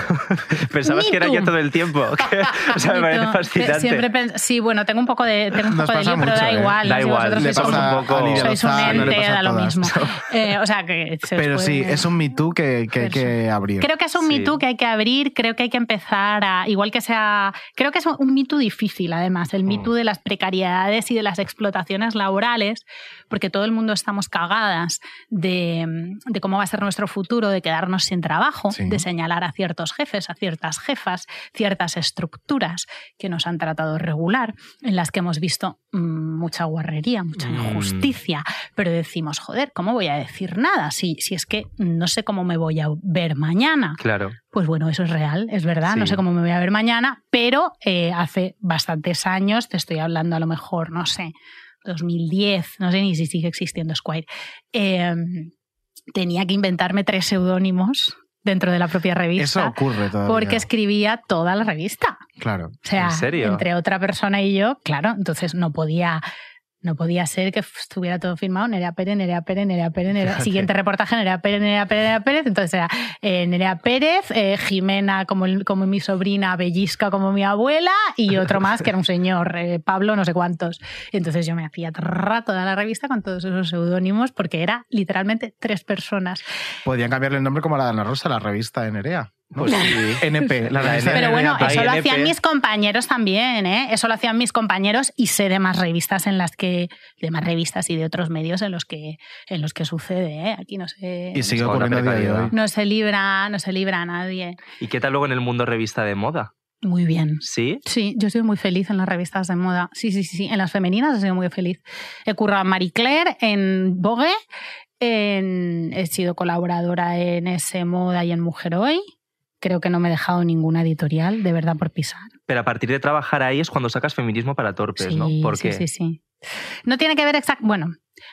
A: pensabas
H: Me
A: que era
H: too.
A: ya todo el tiempo. que- o sea, me parece
H: Bonito.
A: fascinante.
H: Siempre pens- sí, bueno, tengo un poco de, tengo un
D: Nos
H: poco de
D: pasa
H: lío, pero
D: mucho,
H: da
D: ¿eh?
H: igual.
A: Da
H: no sé,
A: igual,
H: vosotros
A: le
H: que sois
A: pasa
H: un-
A: un poco- a Lidia
H: sois un
A: Lozano, le
H: ente,
D: pasa a
H: da lo
D: todas.
H: mismo. Eh, o sea, que se os
D: Pero sí,
H: puede-
D: es un Me Too que, que hay que abrir.
H: Creo que es un
A: Sí.
H: Me Too que hay que abrir, creo que hay que empezar a, igual que sea, creo que es un Me Too difícil además, el Me
A: Mm.
H: Too de las precariedades y de las explotaciones laborales, porque todo el mundo estamos cagadas de, de cómo va a ser nuestro futuro, de quedarnos sin trabajo,
D: Sí.
H: de señalar a ciertos jefes, a ciertas jefas, ciertas estructuras que nos han tratado regular, en las que hemos visto mm, mucha guarrería, mucha
A: Mm.
H: injusticia, pero decimos, joder, ¿cómo voy a decir nada si, si es que no sé cómo me voy a ver mañana?
A: Claro.
H: Pues bueno, eso es real, es verdad, no
A: Sí.
H: sé cómo me voy a ver mañana, pero eh, hace bastantes años, te estoy hablando a lo mejor, no sé, 2010, no sé ni si sigue existiendo Squire, eh, tenía que inventarme tres seudónimos dentro de la propia
D: Eso
H: revista
D: ocurre todavía.
H: porque escribía toda la revista.
D: Claro.
H: O sea,
A: ¿En serio?
H: entre otra persona y yo, claro, entonces no podía, no podía ser que estuviera todo firmado Nerea Pérez, Nerea Pérez, Nerea Pérez, Nerea-
D: Fíjate.
H: Siguiente reportaje, Nerea Pérez, Nerea Pérez, Nerea Pérez. Entonces era eh, Nerea Pérez, eh, Jimena como, el- como mi sobrina, Bellisca como mi abuela y otro más que era un señor, eh, Pablo no sé cuántos. Entonces yo me hacía trrra toda la revista con todos esos seudónimos porque era literalmente tres personas.
D: Podrían cambiarle el nombre como a la de Ana Rosa, la revista de Nerea. ¿no?
A: Pues sí.
D: NP, la
A: La
D: revista de Nerea
H: Pero bueno,
D: Pérez.
H: eso lo
A: INP.
H: hacían mis compañeros también, ¿eh? Eso lo hacían mis compañeros y sé de más revistas en las que, de más revistas y de otros medios en los que, en los que sucede, ¿eh? Aquí no se,
D: Y sigue
A: Con la
D: ocurriendo a día de
A: precariedad.
D: hoy.
H: no se libra, no se libra a nadie.
A: ¿Y qué tal luego en el mundo revista de moda?
H: Muy bien.
A: ¿Sí?
H: Sí, yo estoy muy feliz en las revistas de moda. Sí, sí, sí, sí. En las femeninas he sido muy feliz. He currado en Marie Claire, en Vogue, en- he sido colaboradora en S Moda y en Mujer Hoy. Creo que no me he dejado ninguna editorial, de verdad, por pisar.
A: Pero a partir de trabajar ahí es cuando sacas feminismo para torpes, ¿no? Porque
H: Sí, sí, sí. No tiene que ver exacto. Bueno,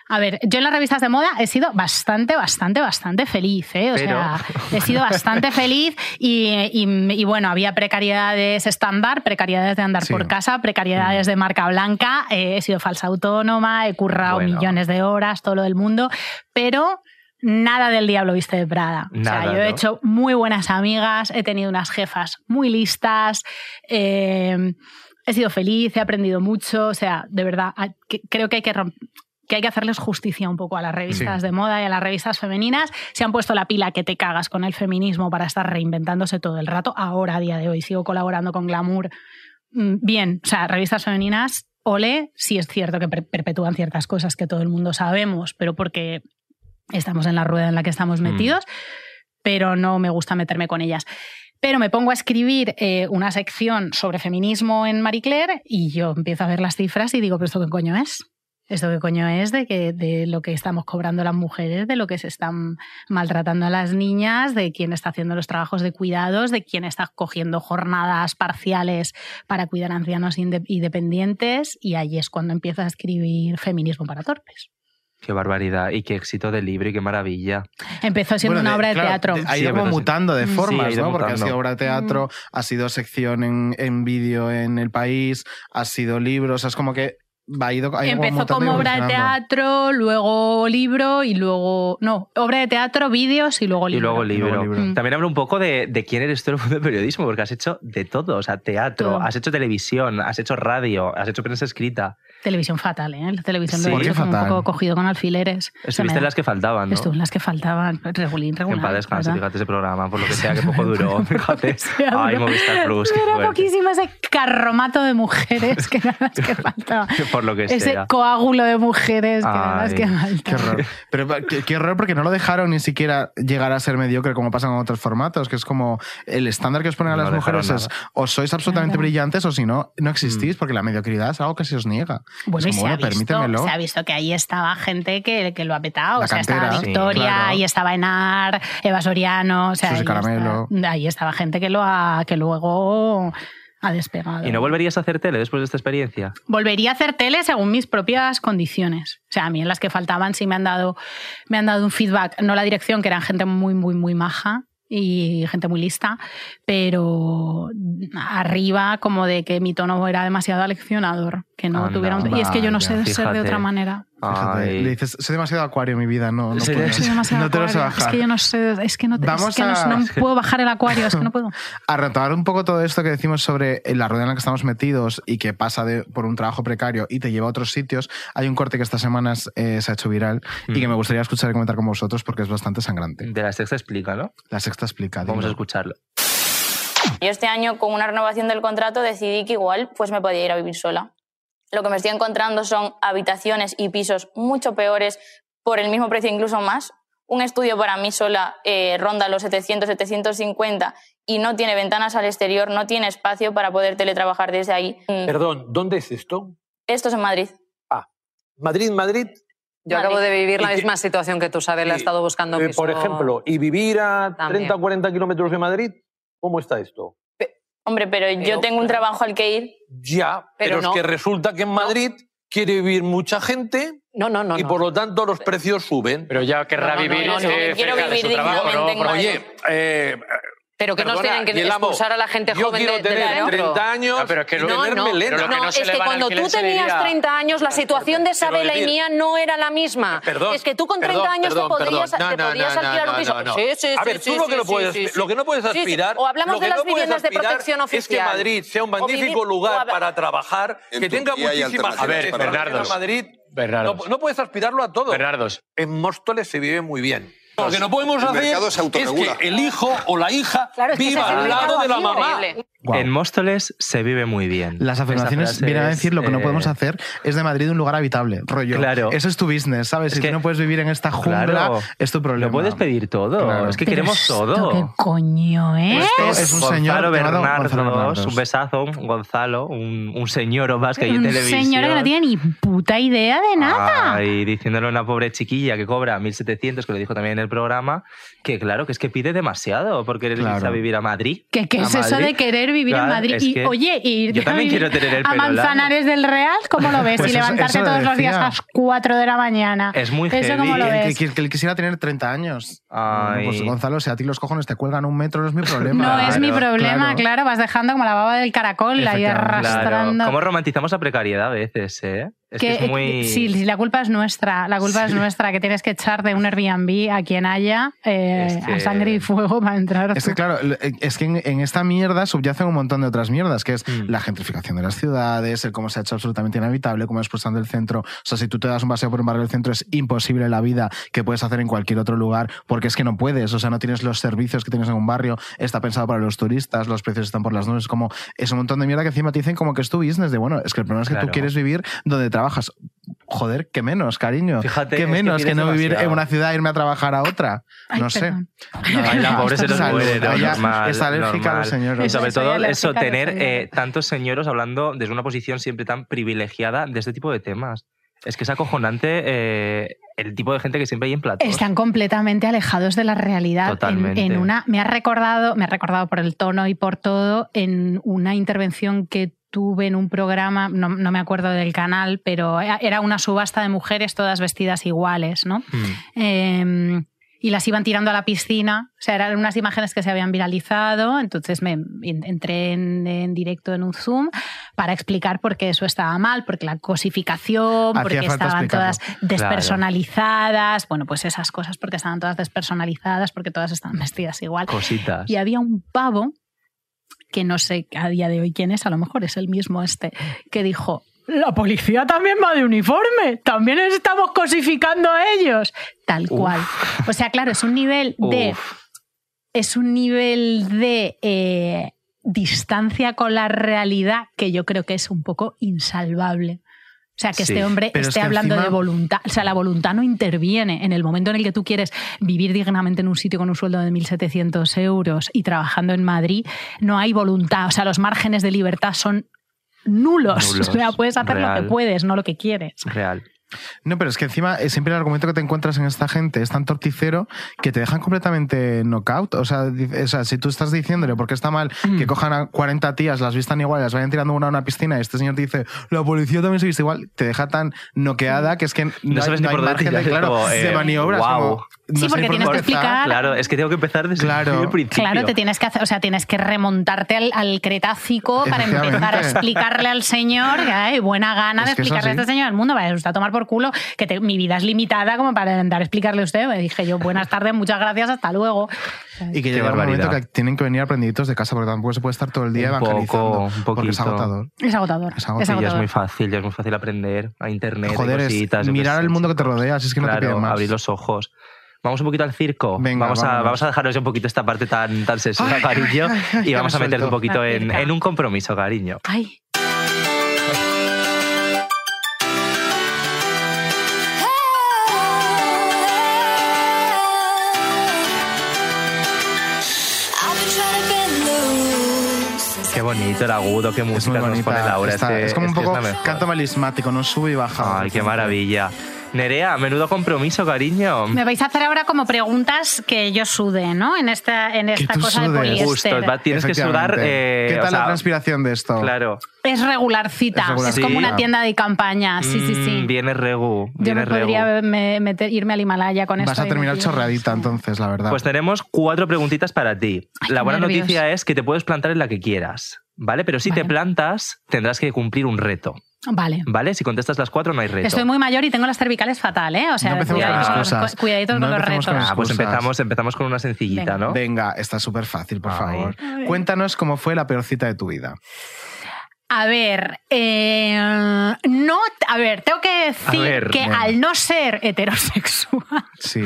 H: a ver, yo en las revistas de moda he sido bastante, bastante, bastante feliz. ¿eh? O
A: Pero-
H: sea, he sido bastante feliz y, y- y, bueno, había precariedades estándar, precariedades de andar
D: Sí.
H: por casa, precariedades
A: Mm.
H: de marca blanca. eh, he sido falsa autónoma, he currado
A: Bueno.
H: millones de horas, todo lo del mundo, pero. Nada del diablo viste de Prada. o
A: Nada,
H: sea, yo he
A: ¿no?
H: hecho muy buenas amigas, he tenido unas jefas muy listas, eh, he sido feliz, he aprendido mucho, o sea, de verdad, a- que- creo que hay que romp- que hay que hacerles justicia un poco a las revistas de moda y a las revistas femeninas. Se han puesto la pila que te cagas con el feminismo para estar reinventándose todo el rato. Ahora, a día de hoy, sigo colaborando con Glamour. Mm, Bien, o sea, revistas femeninas, ole, sí es cierto que per- perpetúan ciertas cosas que todo el mundo sabemos, pero porque estamos en la rueda en la que estamos
A: Mm.
H: metidos, pero no me gusta meterme con ellas. Pero me pongo a escribir eh, una sección sobre feminismo en Marie Claire y yo empiezo a ver las cifras y digo, pero ¿esto qué coño es? ¿Esto qué coño es de, que, de lo que estamos cobrando las mujeres, de lo que se están maltratando a las niñas, de quién está haciendo los trabajos de cuidados, de quién está cogiendo jornadas parciales para cuidar a ancianos inde- y dependientes? Y ahí es cuando empiezo a escribir feminismo para torpes.
A: qué barbaridad y qué éxito de libro y qué maravilla.
H: Empezó siendo
D: Bueno,
H: una obra de
D: claro,
H: teatro.
D: de- Ha
A: Sí,
D: ido
A: es
D: como
A: verdad, sí.
D: mutando de
H: Mm.
D: formas,
A: Sí, ha ido
D: ¿no? Porque ha
A: mutando.
D: sido obra de teatro, ha sido sección en, en vídeo en el país, ha sido libros, o sea, es como que va, ha ido, ha ido un
H: Empezó
D: montón de
H: como obra de
D: evolucionando.
H: teatro, luego libro y luego. No, obra de teatro, vídeos y luego
A: Y
H: libro.
A: luego
D: libro.
A: libro.
D: Luego libro.
H: Mm.
A: También habla un poco de, de quién eres tú en el mundo del periodismo, porque has hecho de todo, o sea, teatro,
H: Todo.
A: has hecho televisión, has hecho radio, has hecho prensa escrita.
H: Televisión fatal, ¿eh? La televisión
A: Sí.
H: lo he
A: ¿Por
D: qué
H: hecho como un
D: fatal?
H: poco cogido con alfileres. Se me
A: Estuviste
H: da.
A: en las que faltaban, ¿no?
H: Estuve en las que faltaban. Regulín, regular.
A: En paz descanse,
H: ¿verdad?
A: fíjate ese programa, por lo que sea, que poco duró, fíjate.
H: sea,
A: Ay,
H: duró.
A: Movistar Plus, qué
H: Era
A: fuerte.
H: poquísimo ese carromato de mujeres que nada más que faltaba.
A: Por lo que
H: Ese
A: sea.
H: coágulo de mujeres que nada más
A: Ay,
H: que
D: Qué
H: faltaba.
D: horror. Pero pa- qué, qué horror porque no lo dejaron ni siquiera llegar a ser mediocre como pasa con otros formatos, que es como el estándar que os ponen a
A: No
D: las
A: dejaron Mm.
D: mujeres es o sois absolutamente
H: Claro.
D: brillantes o si no, no existís porque la mediocridad es algo que se os niega.
H: Bueno,
D: Es
H: y
D: como,
H: se, ha
D: bueno,
H: visto,
D: permítemelo.
H: se ha visto que ahí estaba gente que, que lo ha petado.
D: La
H: o sea, estaba
D: cantera, sí,
H: Victoria,
D: claro.
H: ahí estaba Enar, Eva Soriano. O sea,
D: Susi
H: ahí,
D: Caramelo.
H: estaba, ahí estaba gente que, lo ha, que luego ha despegado.
A: ¿Y no volverías a hacer tele después de esta experiencia?
H: Volvería a hacer tele según mis propias condiciones. O sea, a mí en las que faltaban sí me han dado, me han dado un feedback, no la dirección, que eran gente muy, muy, muy maja y gente muy lista, pero arriba como de que mi tono era demasiado aleccionador, que no
A: Anda,
H: tuviera un... Y es que yo no sé
A: vaya,
H: ser de otra
A: fíjate.
H: manera.
D: Fíjate,
A: Ay.
D: le dices, soy demasiado acuario en mi vida, no, no
A: Sí,
D: puedo".
A: sí,
H: Soy demasiado
D: No te lo sé
H: acuario.
D: bajar.
H: Es que yo no sé, es que no, te- es
D: Vamos
H: que no-
D: a-
H: no puedo bajar el acuario, es que no puedo.
D: a retomar un poco todo esto que decimos sobre eh, la rueda en la que estamos metidos y que pasa de, por un trabajo precario y te lleva a otros sitios, hay un corte que estas semanas eh, se ha hecho viral y
A: Mm.
D: que me gustaría escuchar y comentar con vosotros porque es bastante sangrante.
A: De la sexta explica, ¿no?
D: La sexta explica.
A: Vamos a
D: dilo.
A: escucharlo.
E: Yo este año, con una renovación del contrato, decidí que igual pues me podía ir a vivir sola. Lo que me estoy encontrando son habitaciones y pisos mucho peores, por el mismo precio incluso más. Un estudio para mí sola eh, ronda los 700, 750 y no tiene ventanas al exterior, no tiene espacio para poder teletrabajar desde ahí. Mm,
J: Perdón, ¿dónde es esto?
E: Esto es en Madrid.
J: Madrid, Madrid, eh,
K: Yo
E: Vale.
K: acabo de vivir la
J: Y que-
K: misma situación que tú, Sabela. He
J: y,
K: estado buscando
J: eh,
K: piso.
J: por ejemplo, y vivir a
K: También.
J: 30 o 40 kilómetros de Madrid, ¿cómo está esto?
E: Hombre, pero yo
K: Pero-
E: tengo un trabajo al que ir.
J: Ya, pero,
K: Pero
J: es
K: no.
J: que resulta que en Madrid quiere vivir mucha gente
K: No, no, no.
J: y
K: no.
J: por lo tanto los precios suben.
L: Pero ya querrá
K: No, no, no,
L: vivir
K: no, no,
L: eh,
E: quiero
L: cerca de
E: vivir
L: su trabajo,
E: dignamente
L: ¿no?
E: en
L: Por-
E: Madrid.
J: Oye, eh,
K: pero que nos
J: perdona,
K: tienen que
J: Guillermo,
K: expulsar a la gente
J: yo
K: joven
J: quiero
K: de, de
J: tener
K: dentro.
J: 30 años
L: Ah, pero es que
J: y
L: lo-
K: No,
J: tener
K: no,
J: melena.
L: pero lo que
K: no,
L: no se
K: es
L: le
K: que
L: va al
K: cuando tú
L: alquiler se le
K: tenías
L: iría
K: 30 años, la
L: transporte.
K: situación de
L: Quiero
K: Sabela y
L: decir-
K: mía no era la misma.
L: Perdón,
K: es que tú con 30
L: perdón,
K: años
L: perdón,
K: te podías,
L: perdón.
K: te
L: No, no,
K: podías
L: no,
K: alquilar
L: no,
K: un piso.
L: no, no.
K: Sí, sí,
J: A
K: sí,
J: ver, tú
K: sí,
J: lo
K: sí,
J: que no
K: sí,
J: puedes,
K: sí, sí.
J: lo que no puedes
K: Sí, sí.
J: aspirar,
K: O hablamos
J: lo
K: de
J: que
K: las
J: no puedes
K: viviendas de
J: aspirar
K: protección
J: es que
K: oficial.
J: Madrid sea un
K: O vivir-
J: magnífico
K: o
J: lugar
K: hab-
J: para trabajar,
L: En
J: que tenga
L: Turquía hay
J: muchísima gente.
L: alternativas para
J: pero
L: Bernardos.
J: en Madrid no,
L: Bernardos.
J: no puedes aspirarlo a todo.
L: Bernardos.
J: En Móstoles se vive muy bien. Lo que no podemos
L: El
J: hacer
L: mercado se
J: es
L: autorregula.
J: que el hijo o la hija
K: Claro, es que
J: viva
K: ese es el
J: al lado
K: mercado
J: de la
K: vacío.
J: mamá.
K: Horrible.
D: Guau.
A: En Móstoles se vive muy bien.
D: Las
A: Esta
D: afirmaciones
A: frase
D: vienen a
A: es,
D: decir lo que no
A: eh,
D: podemos hacer es de Madrid un lugar habitable, rollo.
A: Claro.
D: Eso es tu business, ¿sabes?
A: Es
D: si
A: que-
D: tú no puedes vivir en esta jungla,
A: Claro.
D: es tu problema.
A: Lo puedes pedir todo,
D: Claro.
A: es que
H: Pero
A: queremos
H: esto,
A: todo.
H: ¿Qué coño, eh?
D: Esto es un señor
A: Gonzalo
D: llamado
A: Bernardos,
D: Gonzalo Bernardos.
A: un besazo, un Gonzalo, un, un señor o más que hay en
H: Un
A: televisión.
H: señor que no tiene ni puta idea de nada.
A: Ay, diciéndole a una pobre chiquilla que cobra 1.700, que lo dijo también en el programa, que claro, que es que pide demasiado por querer
D: Claro.
A: irse a vivir a Madrid.
H: ¿Qué, qué
A: A
H: es eso
A: Madrid.
H: de querer vivir en
A: Claro,
H: Madrid?
A: es
H: Y
A: que
H: oye, y ir
A: yo también
H: a vivir
A: quiero tener el
H: a
A: pelo largo.
H: Manzanares del Real, ¿cómo lo ves?
D: Pues
H: y
D: eso-
H: levantarte
D: eso
H: todos los días
D: decía.
H: a las 4 de la mañana.
A: Es muy
H: Eso
A: heavy.
H: como lo
D: Que-
H: ves.
D: que, que- que él quisiera tener 30 años.
A: Ay.
D: Bueno, pues Gonzalo, si a ti los cojones te cuelgan un metro, no es mi problema.
H: no es mi
D: Claro,
H: problema, claro.
D: claro.
H: vas dejando como la baba del caracol ahí
D: Efectivamente.
H: arrastrando.
A: Cómo romantizamos la precariedad a veces, ¿eh? Es que, es muy...
H: sí, sí, la culpa es nuestra, la culpa es nuestra, que tienes que echar de un Airbnb a quien haya eh,
A: Es que-
H: a sangre y fuego para entrar.
D: Es que claro, l- es que en, en esta mierda subyacen un montón de otras mierdas, que es
A: Mm.
D: la gentrificación de las ciudades, el cómo se ha hecho absolutamente inhabitable, cómo expulsando el centro. O sea, si tú te das un paseo por un barrio del centro es imposible la vida que puedes hacer en cualquier otro lugar, porque es que no puedes, o sea, no tienes los servicios que tienes en un barrio, está pensado para los turistas, los precios están por las nubes, como es un montón de mierda que encima te dicen como que es tu business, de bueno, es que el problema es que tú
A: Claro.
D: quieres vivir donde trabajas. Joder, qué menos, cariño.
A: Fíjate,
D: qué
A: es que
D: menos que,
A: pides
D: no vivir en
A: demasiado.
D: una ciudad e irme a trabajar a otra.
H: Ay,
D: no sé.
H: perdón.
A: Ay, la pobre se nos
D: Salud,
A: muere, ¿no?
D: ella
A: Normal,
D: es alérgica a los
A: normal.
D: señores.
A: Y sobre
H: Soy
A: todo
H: alérgica
A: eso,
H: a los
A: tener
H: señores.
A: eh, tantos señoros hablando desde una posición siempre tan privilegiada de este tipo de temas. Es que es acojonante eh, el tipo de gente que siempre hay en platos.
H: Están completamente alejados de la realidad. en-
A: Totalmente.
H: En, una, me ha recordado, me ha recordado por el tono y por todo, en una intervención que tuve en un programa, no, no me acuerdo del canal, pero era una subasta de mujeres todas vestidas iguales, ¿no?
A: Mm.
F: em,
H: Eh, y las iban tirando a la piscina. O sea, eran unas imágenes que se habían viralizado. Entonces me en- entré en, en directo en un Zoom
F: para explicar por qué eso estaba mal, porque la cosificación,
D: Hacía
F: porque
D: falta
F: estaban
D: explicarlo.
F: todas despersonalizadas, bueno, pues esas cosas, porque estaban todas despersonalizadas, porque todas estaban vestidas igual.
A: Cositas.
F: Y había un pavo, que no sé a día de hoy quién es, a lo mejor es el mismo este, que dijo, la policía también va de uniforme, también estamos cosificando a ellos, tal cual. O sea, claro, es un nivel de... Es un nivel de... eh, distancia con la realidad que yo creo que es un poco insalvable. O sea, que
H: Sí,
F: este hombre
H: pero es
F: esté
H: que
F: hablando de
H: encima-
F: voluntad. O sea, la voluntad no interviene. En el momento en el que tú quieres vivir dignamente en un sitio con un sueldo de 1.700 euros y trabajando en Madrid, no hay voluntad. O sea, los márgenes de libertad son nulos.
D: Nulos,
F: o sea, puedes hacer lo
D: real.
F: que puedes, no lo que quieres.
A: Real.
D: No, pero es que encima eh, siempre el argumento que te encuentras en esta gente es tan torticero que te dejan completamente knockout. O sea, di- o sea, si tú estás diciéndole porque está mal
A: Mm.
D: que cojan a 40 tías, las vistan igual, las vayan tirando una a una piscina y este señor te dice, la policía también se viste igual, te deja tan noqueada que es que no, hay-
A: sabes ni
D: no hay
A: por dónde
D: margen de,
A: tirar,
D: claro,
A: como,
D: de
A: eh,
D: maniobras.
A: guau.
D: como, no
F: Sí,
D: sé
F: porque
D: ni por
F: tienes que
D: dónde empezar.
A: Claro, es que tengo que empezar desde el principio.
F: Ah, Claro, te tienes que hacer, o sea, tienes que remontarte al, al Cretácico para
A: Efectivamente.
F: empezar a explicarle al señor que hay buena gana de
A: Es que eso
F: explicarle a
A: sí.
F: este señor el mundo. Vaya, usted a tomar por culo que te- mi vida es limitada como para intentar explicarle a usted. Me dije yo, buenas tardes, muchas gracias, hasta luego.
D: Y que
A: Qué
D: llega un momento
A: barbaridad.
D: que tienen que venir aprendiditos de casa porque tampoco se puede estar todo el día
A: Un poco,
D: evangelizando.
A: un
D: porque es
A: poquito.
D: agotador.
F: Es agotador. Es
A: Sí, ya es
F: agotador.
A: muy fácil, ya es muy fácil aprender a internet, hay
D: Joder, es
A: cositas, yo qué
D: mirar
A: sé,
D: el mundo que te rodea, Ah, si es que no te
A: claro,
D: piden más.
A: abrir los ojos. Vamos un poquito al circo.
D: Venga,
A: vamos, a,
D: vámonos.
A: vamos a dejaros ya un poquito esta parte tan, tan sexual,
D: Ay,
A: cariño,
D: ay, ay,
A: y
D: ya
A: vamos
D: me
A: a meternos un
D: suelto.
A: poquito
D: La
A: en,
D: circa.
A: en un compromiso, cariño.
F: Ay.
A: Qué bonito, el agudo, qué música nos pone Laura.
D: Está-
A: este-
D: es como un
A: que
D: poco
A: la mejor.
D: canto melismático, no sube y baja.
A: Ay, qué maravilla. Nerea, menudo compromiso, cariño.
F: Me vais a hacer ahora como preguntas que yo sude, ¿no? En esta, en esta cosa de poliéster.
A: Justo, va- tienes que sudar,
D: Efectivamente.
A: eh,
D: ¿Qué
A: o
D: tal
A: sea,
D: la transpiración de esto?
A: Claro.
F: Es regularcita,
A: Es
F: es,
A: regularcita.
F: como
A: Sí.
F: una tienda de campaña. Ah, Sí, sí, sí.
A: Mm, Viene regu,
F: Yo
A: viene
F: me
A: regu.
F: podría me- meter- irme al Himalaya con
D: Vas
F: esto.
D: a
F: y
D: terminar
F: me-
D: chorradita entonces, la verdad.
A: Pues tenemos cuatro preguntitas para ti. la
F: qué
A: buena
F: nervios.
A: noticia es que te puedes plantar en la que quieras, ¿vale? Pero si te plantas, tendrás que cumplir un reto,
F: Vale.
A: ¿vale? Si contestas las cuatro, no hay reto.
F: Estoy muy mayor y tengo las cervicales fatal, ¿eh? O sea, cuidaditos con los- cu- cuidaditos con los retos.
A: Ah, pues empezamos, empezamos con una sencillita,
F: Venga.
A: ¿no?
D: Venga, está súper fácil, por favor.
F: Ay.
D: Cuéntanos cómo fue la peor cita de tu vida.
F: A ver, eh, no, a ver, tengo que decir
D: ver,
F: que
D: venga.
F: al no ser heterosexual,
D: Sí.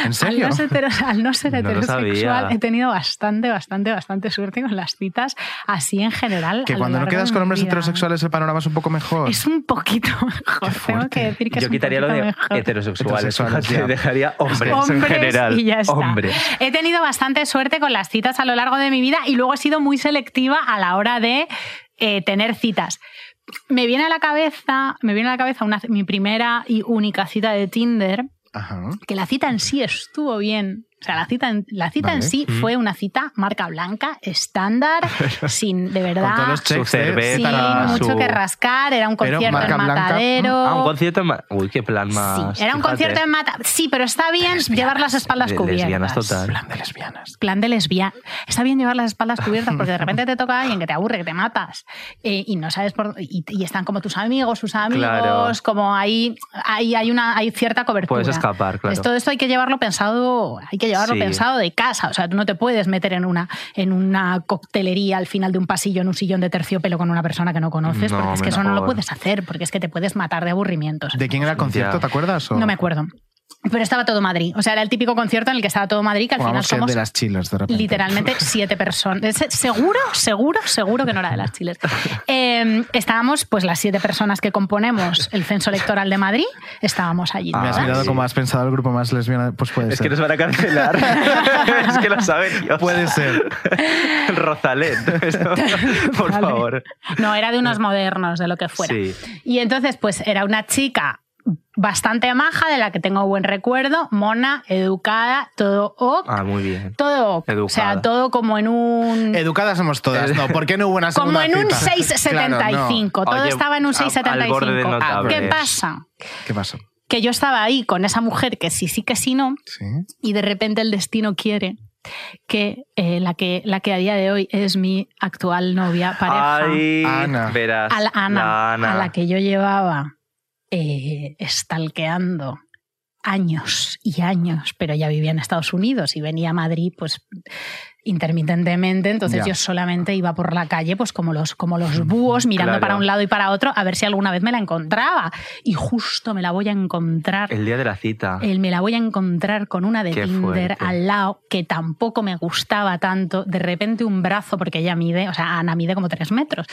D: ¿En
F: al
D: serio?
F: no ser, hetero- al no ser
D: No lo
F: heterosexual,
D: sabía.
F: he tenido bastante, bastante, bastante suerte con las citas, así en general.
D: Que
F: a lo
D: cuando no
F: largo
D: quedas
F: de
D: con
F: mi
D: hombres
F: vida.
D: heterosexuales el panorama es un poco mejor.
F: Es un poquito mejor, tengo que decir que es
A: Yo
F: un
A: quitaría lo
F: poquito
A: de
F: mejor.
A: heterosexuales.
D: Heterosexuales,
A: fíjate,
D: ya.
A: dejaría hombres, en
F: Hombres
A: general.
F: y ya está.
A: Hombres.
F: He tenido bastante suerte con las citas a lo largo de mi vida y luego he sido muy selectiva a la hora de eh, tener citas. Me viene a la cabeza, me viene a la cabeza una- mi primera y única cita de Tinder,
D: Ajá.
F: que la cita en sí estuvo bien. O sea, la cita en, la cita en
D: Vale.
F: sí
D: Mm.
F: fue una cita marca blanca, estándar, sin, de verdad,
A: Con todos los checks, Su ¿eh? cerveza,
F: sin mucho
A: su-
F: que rascar, era un
A: Pero
F: concierto
A: marca
F: en
A: blanca,
F: Matadero.
A: Ah, un concierto en ma- Uy, qué plan más.
F: Oh. Era un
A: fíjate.
F: concierto en mata. Sí, pero está bien llevar las espaldas
A: De
F: cubiertas. Pues,
A: lesbianas total.
F: Plan de lesbiana. Está bien llevar las espaldas cubiertas porque de repente te toca alguien que te aburre, que te matas eh, y no sabes por y, y están como tus amigos, sus amigos,
A: Claro.
F: como ahí, ahí hay una hay cierta cobertura.
A: Puedes escapar, claro.
F: Todo esto hay que llevarlo pensado, hay que llevarlo
A: Sí.
F: pensado de casa, o sea, tú no te puedes meter en una en una coctelería al final de un pasillo en un sillón de terciopelo con una persona que no conoces,
D: No,
F: porque es que eso no lo
D: mejor.
F: puedes hacer, porque es que te puedes matar de aburrimiento. o sea,
D: ¿De quién era el concierto?
A: Ya.
D: ¿Te acuerdas? o?
F: no me acuerdo. Pero estaba todo Madrid. O sea, era el típico concierto en el que estaba todo Madrid, que al
D: Vamos,
F: final
D: que
F: somos
D: de las chilas, de repente.
F: literalmente siete personas. Se- Seguro, seguro, seguro que no era de las chiles. Eh, estábamos, pues, las siete personas que componemos el censo electoral de Madrid, estábamos allí.
D: Ah. Me has
F: todas.
D: mirado como has pensado el grupo más lesbiana. Pues puede
A: Ah, Es
D: ser.
A: que nos van a cancelar. es que lo saben Dios.
D: Puede ser.
A: Rozalet. Por favor.
F: No, era de unos modernos, de lo que fuera.
A: Sí.
F: Y entonces, pues era una chica bastante maja, de la que tengo buen recuerdo, mona, educada, todo ok.
A: Ah, muy bien.
F: Todo ok. O
A: Educada.
F: sea, todo como en un.
D: Educadas somos todas, ¿no? ¿Por qué no hubo una
F: Como
D: segunda
F: en un
D: cita?
F: 6,75.
D: Claro, no.
F: Todo estaba en un
D: al borde de
F: 6,75.
D: notables.
F: Ah, ¿Qué pasa?
D: ¿Qué pasó?
F: Que yo estaba ahí con esa mujer que sí, sí, que sí, no.
D: Sí.
F: Y de repente el destino quiere que, eh, la que la que a día de hoy es mi actual novia, pareja.
A: Ay,
D: Ana.
A: verás,
F: a la Ana,
A: la Ana.
F: a la que yo llevaba eh, stalkeando años y años, pero ya vivía en Estados Unidos y venía a Madrid, pues intermitentemente, entonces
D: Ya.
F: yo solamente iba por la calle, pues como los, como los búhos, mirando
A: Mm, Claro.
F: para un lado y para otro, a ver si alguna vez me la encontraba. Y justo me la voy a encontrar
A: El día de la cita.
F: el me la voy a encontrar con una de
A: Qué
F: Tinder
A: fuerte.
F: al lado que tampoco me gustaba tanto. De repente un brazo, porque ella mide, o sea, Ana mide como tres metros.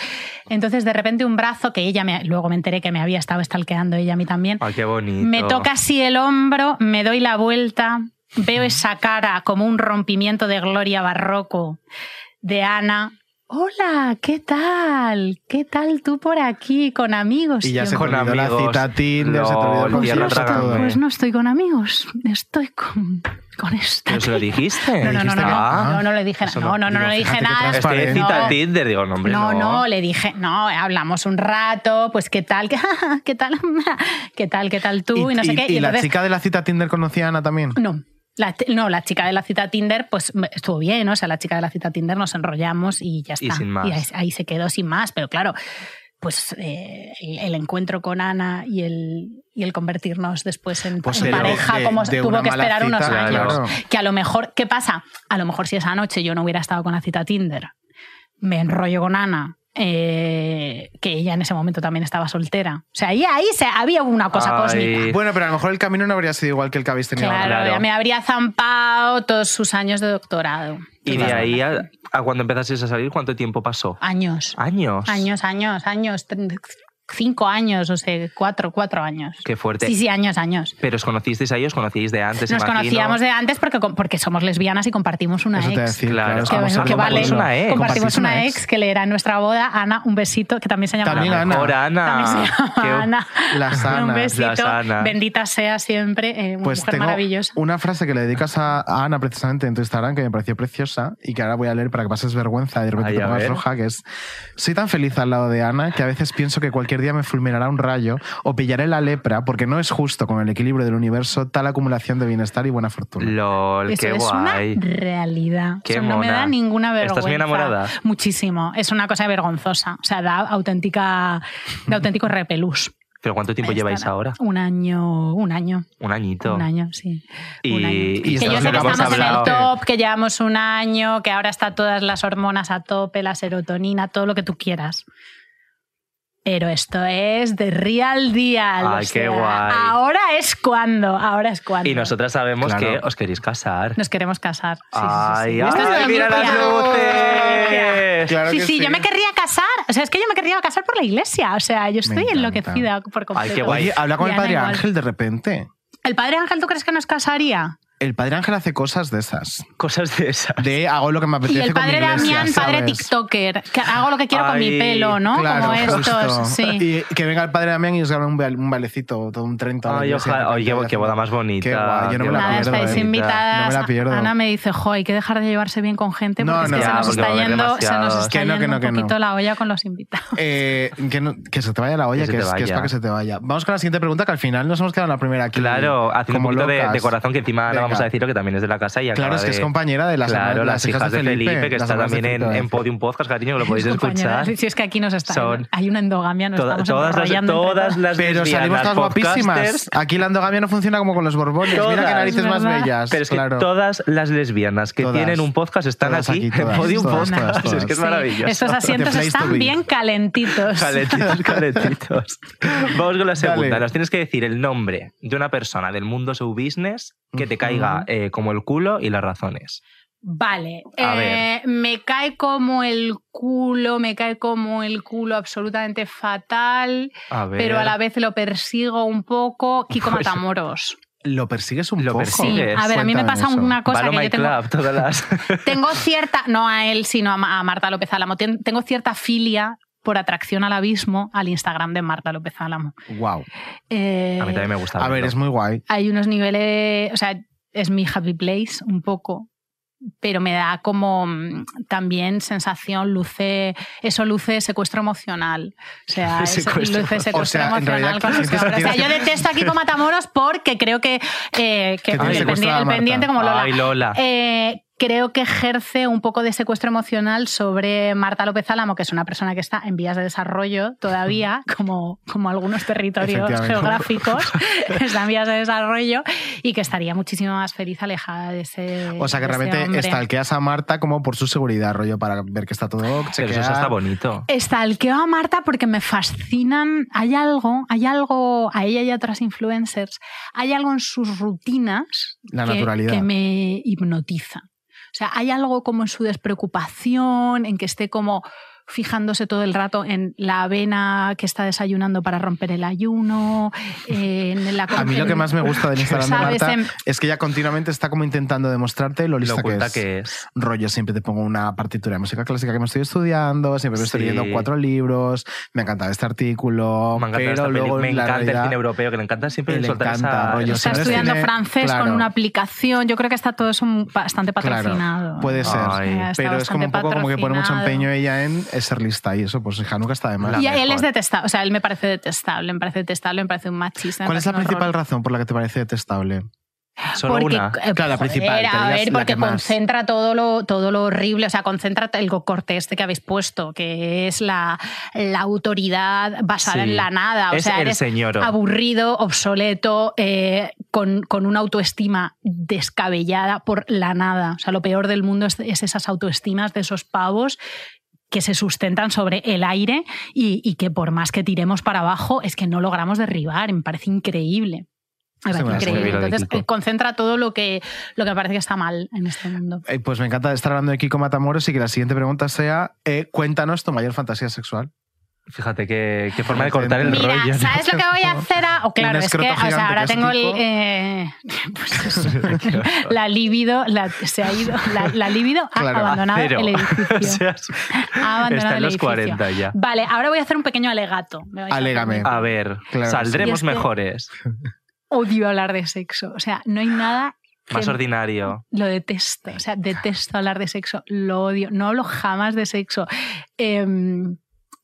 F: Entonces, de repente un brazo que ella me, luego me enteré que me había estado stalkeando ella a mí también.
A: Ay, qué bonito.
F: Me toca así el hombro, me doy la vuelta, veo esa cara como un rompimiento de Gloria Barroco de Ana. Hola, "Ah, ¿qué tal? ¿Qué tal tú por aquí con amigos?
D: Y ya
F: Yo,
D: se te
A: Con
D: olvidó la
A: amigos.
D: cita Tinder, se te olvidó
A: Lol,
D: el
A: tierra
D: concierto,
A: tragame.
D: todo.
F: Pues no estoy con amigos, estoy con, con esta.
A: ¿Pero se lo dijiste?
F: No, no, no, no,
A: Ah,
F: no, no, no le dije
A: eso
F: nada. No, no, no,
D: Digo,
F: no le dije
D: fíjate qué
F: nada.
A: Estoy de cita
F: No.
A: en Tinder, digo, no, hombre,
F: No, no, le dije, no, hablamos un rato, pues qué tal, qué tal, qué tal, qué tal tú, y, no sé qué.
D: y la
F: entonces-
D: chica de la cita Tinder conocía a Ana también.
F: no. La, t- no, la chica de la cita Tinder, pues me- estuvo bien, ¿no? o sea, la chica de la cita Tinder nos enrollamos y ya está.
A: Y sin más.
F: ahí, ahí se quedó sin más, pero claro, pues eh, el, el encuentro con Ana y el, y el convertirnos después en,
D: Pues
F: en
D: de-
F: pareja,
D: de-
F: como
D: de
F: se- tuvo
D: una
F: que
D: mala
F: esperar
D: cita,
F: unos años.
D: claro.
F: Que a lo mejor, ¿qué pasa? A lo mejor si esa noche yo no hubiera estado con la cita Tinder, me enrollo con Ana. eh, que ella en ese momento también estaba soltera. O sea, ahí, ahí se, había una cosa
A: Ay.
F: cósmica.
D: Bueno, pero a lo mejor el camino no habría sido igual que el que habéis tenido.
F: Claro,
D: ahora.
A: Claro.
F: me habría zampado todos sus años de doctorado.
A: Y de ahí a, a cuando empezasteis a salir, ¿cuánto tiempo pasó?
F: Años.
A: Años.
F: Años, años, años. tre- Cinco años, o sea, cuatro, cuatro años.
A: Qué fuerte.
F: Sí, sí, años, años.
A: Pero os conocisteis a ellos, conocíais de antes,
F: Nos
A: imagino.
F: conocíamos de antes porque, com- porque somos lesbianas y compartimos una
D: Eso te iba a
F: ex.
D: decir, claro.
A: Claro.
D: es
F: Que,
D: como
A: Vamos,
F: que
D: ser
A: que
F: vale,
A: compartís
D: compañero.
A: una ex.
F: compartimos una ex que le era en nuestra boda, Ana, un besito, que también se llama
D: También
A: La
D: Ana.
A: mejor Ana.
F: También se llama
A: Qué-
F: Ana.
D: Las
F: un
D: Anas,
A: las
F: besito,
A: Anas.
F: bendita sea siempre, eh, una
D: Pues
F: mujer
D: tengo
F: maravillosa.
D: una frase que le dedicas a, a Ana precisamente en tu Instagram que me pareció preciosa y que ahora voy a leer para que pases vergüenza y de repente
A: Ay,
D: te
A: a
D: pongas
A: ver.
D: roja, que es Soy tan feliz al lado de Ana que a veces pienso que cualquier día me fulminará un rayo o pillaré la lepra porque no es justo con el equilibrio del universo tal acumulación de bienestar y buena fortuna.
A: LOL,
F: Eso
A: qué
F: es
A: guay.
F: una realidad.
A: Qué
F: Eso no me
A: mona.
F: da ninguna
A: ¿Estás
F: vergüenza.
A: muy enamorada?
F: Muchísimo. Es una cosa vergonzosa. O sea, da auténtica, da auténtico repelús.
A: ¿Pero cuánto tiempo lleváis
F: Estará
A: ahora?
F: Un año, un año.
A: Un añito.
F: Un año, sí.
A: Y-
F: un año.
A: y
F: que
D: esto
F: yo
D: es
F: sé
D: lo
F: que
D: que hemos
F: estamos en el
D: hablado.
F: top, que llevamos un año, que ahora está todas las hormonas a tope, la serotonina, todo lo que tú quieras. Pero esto es de real deal. o
A: Ay, qué
F: sea,
A: guay.
F: Ahora es cuando, ahora es cuando.
A: Y nosotras sabemos
D: Claro.
A: que os queréis casar.
F: Nos queremos casar. Sí, sí, sí,
A: ay,
F: sí.
A: ay,
F: Esto es
D: la
A: mira las
F: familia.
A: luces.
D: Claro
F: sí,
D: que
F: sí, yo me querría casar. O sea, es que yo me querría casar por la iglesia. O sea, yo estoy
D: encanta.
F: enloquecida por completo.
A: Ay, qué guay.
D: Oye, habla con
F: Ya
D: el
F: da
D: padre
F: igual.
D: Ángel de repente.
F: ¿El padre Ángel tú crees que nos casaría?
D: El padre Ángel hace cosas de esas.
A: Cosas de esas.
D: De hago lo que me apetece.
F: Y
D: Pues
F: el
D: con mi
F: padre
D: iglesia,
F: Damián, padre
D: ¿sabes?
F: TikToker. Que hago lo que quiero con mi
A: Ay,
F: pelo, ¿no?
D: Claro,
F: Como
D: justo.
F: estos. Sí.
D: Y que venga el padre Damián y os gane un, baile- un bailecito, todo un 30.
A: Ay,
D: Yo
A: ojalá.
D: sé,
A: Oye, qué bo-
D: hacer-
A: qué boda más bonita.
D: Qué guay, yo
A: Qué
D: no me la
A: guay.
F: Nada,
D: pierdo.
F: estáis
D: eh.
F: invitadas.
D: No me la pierdo.
F: Ana me dice, jo, hay que dejar de llevarse bien con gente
D: No,
F: porque
D: no,
F: es que
D: ya,
F: se nos
D: porque
F: está
A: va a haber
F: yendo, se nos
A: demasiados.
F: está
D: Que no, que
F: yendo
D: no, que
F: un
D: no.
F: poquito la olla con los invitados.
D: Eh, que, no- que se te vaya la olla,
A: Que se te
D: que, es, que es
A: vaya.
D: para que se te vaya. Vamos con la siguiente pregunta, que al final nos hemos quedado en la primera aquí.
A: Claro, hace un
D: como
A: poquito de,
D: locas.
A: de corazón que encima ahora vamos
D: Venga.
A: a decirlo que también es de la casa y acaba
D: Claro, es que
A: de-
D: es compañera de las,
A: claro,
D: hermanas-
A: las hijas de Felipe, que
D: las
A: está
D: hermanas de
A: también en,
D: Felipe.
A: en Podium Podcast, cariño, que lo podéis
F: Compañeras,
A: escuchar.
F: Si es que aquí nos está.
A: Son-
F: hay una endogamia, nos
A: Toda-
F: estamos
A: todas las,
F: enrollando entre
A: todas las
D: Pero salimos
A: lesbianas
D: todas guapísimas.
A: podcasters,
D: Aquí la endogamia no funciona como con los borbones. Mira qué
A: Todas.
D: narices más
F: ¿Verdad?
D: bellas.
A: Pero es que
D: claro.
A: todas las lesbianas que
D: Todas.
A: tienen un podcast están
D: Todas aquí,
A: aquí,
D: todas,
A: en Podium
D: todas,
A: Podcast.
D: todas,
A: Es que es
F: Sí,
A: maravilloso.
F: Estos asientos
D: place to be.
F: están bien calentitos.
A: Calentitos, calentitos. Vamos con la segunda.
D: Dale.
A: Nos tienes que decir el nombre de una persona del mundo show business que te caiga
D: Ujú.
A: eh, como el culo y las razones.
F: Vale.
A: A
F: eh, me cae como el culo, me cae como el culo absolutamente fatal,
A: A ver.
F: pero a la vez lo persigo un poco. Kiko
A: Pues-
F: Matamoros.
D: Lo persigues un
A: Lo
D: poco.
F: Sí,
A: persigues.
F: a ver, a mí me
D: Cuéntame
F: pasa
D: eso.
F: una cosa
A: Paloma
F: que
A: y
F: yo tengo,
A: Club, todas las.
F: tengo cierta, no a él, sino a, Ma- a Marta López Álamo, Ten- tengo cierta filia por atracción al abismo al Instagram de Marta López Álamo.
D: Wow.
F: Eh,
A: A mí también me gusta.
D: A ver,
A: verlo.
D: es muy guay.
F: hay unos niveles, o sea, es mi happy place un poco, pero me da como mm, también sensación, luce, eso luce secuestro emocional. O sea, eso
A: Secuestro.
F: luce secuestro
D: O sea, en
F: emocional
D: realidad,
F: con los
D: tienes que-
F: hombres. O sea, yo
D: tienes que-
F: detesto aquí como Matamoros porque creo que, eh, que
D: Que
F: el,
A: tiene
F: pendiente,
D: secuestrada a
F: el
D: Marta.
F: pendiente como Lola.
A: Ay, Lola.
F: Eh,
H: creo que ejerce un poco de secuestro emocional sobre Marta López Álamo, que es una persona que está en vías de desarrollo todavía, como, como algunos territorios
L: Efectivamente.
H: geográficos, está en vías de desarrollo y que estaría muchísimo más feliz alejada de ese.
D: O sea que
H: de Eh, ese
D: realmente
H: hombre.
D: stalkeas a Marta como por su seguridad, rollo, para ver que está todo
A: Pero eso
D: chequear.
A: está bonito.
H: Estalqueo a Marta porque me fascinan. Hay algo, hay algo a ella y a otras influencers, hay algo en sus rutinas
D: La
H: que,
D: naturalidad.
H: que me hipnotiza. O sea, hay algo como en su despreocupación, en que esté como fijándose todo el rato en la avena que está desayunando para romper el ayuno, en la
D: A mí lo que más me gusta del Instagram de
H: ¿Sabes? Em-
D: Marta
H: En-
D: es que ella continuamente está como intentando demostrarte lo lista
A: oculta
D: que,
A: que
D: es. Rollo, siempre te pongo una partitura de música clásica que me estoy estudiando, siempre me estoy
A: Sí.
D: leyendo cuatro libros, me ha encantado este artículo,
A: Me encanta,
D: pero
A: esta peli,
D: luego
A: me
D: en la
A: encanta el
D: realidad-
A: cine europeo, que le encanta siempre
D: Le
A: soltar
D: encanta,
A: esa-
D: rollo,
A: esa-
H: Está estudiando francés
D: claro.
H: con una aplicación. Yo creo que está todo eso bastante
D: Claro,
H: patrocinado.
D: puede ser,
A: Ay.
H: Está
D: pero es como
H: bastante
D: un poco como que pone mucho
H: patrocinado.
D: empeño ella en ser lista y eso, pues hija, nunca está de más.
H: y él es detestable, o sea, él me parece detestable, me parece detestable, me parece un machista. me
D: ¿Cuál es la
H: parece un horror.
D: principal razón por la que te parece detestable?
H: porque,
D: Claro,
H: eh,
D: la
H: joder,
D: principal. que
H: a
D: digas
H: ver,
D: la
H: porque
D: que más.
H: concentra todo lo, todo lo horrible, o sea, concentra el corte este que habéis puesto, que es la, la autoridad basada
A: Sí.
H: en la nada. O
A: Es
H: sea,
A: el
H: eres
A: señoro.
H: aburrido, obsoleto, eh, con, con una autoestima descabellada por la nada. O sea, lo peor del mundo es, es esas autoestimas de esos pavos que se sustentan sobre el aire y, y que por más que tiremos para abajo es que no logramos derribar. Me parece increíble. Me
D: Se me hace
H: parece
D: muy
H: increíble.
D: bien lo de
H: Entonces,
D: Kiko.
H: eh, concentra todo lo que, lo que parece que está mal en este mundo.
D: Eh, Pues me encanta estar hablando de Kiko Matamoros y que la siguiente pregunta sea, eh, cuéntanos tu mayor fantasía sexual.
A: Fíjate qué, qué forma de cortar el
D: Mira,
A: rollo. ¿no?
H: ¿Sabes lo que voy a hacer? a- O claro,
A: Un
H: es que
A: escroto
H: o sea,
A: gigante
H: ahora
A: que es
H: tengo el,
A: Kiko.
H: eh, pues eso. la libido, la, se ha ido, la, la libido ha
A: Claro, a
H: abandonado
A: cero.
H: el edificio.
A: O sea,
H: Ha abandonado
A: está
H: el
A: en los
H: edificio.
A: 40 ya.
H: Vale, ahora voy a hacer un pequeño alegato. Me vais a
A: Alégame. A ver, saldremos
H: Y es que-
A: mejores.
H: odio hablar de sexo. O sea, no hay nada que
A: Más ordinario.
H: lo detesto. O sea, detesto hablar de sexo. Lo odio. No hablo jamás de sexo. Em,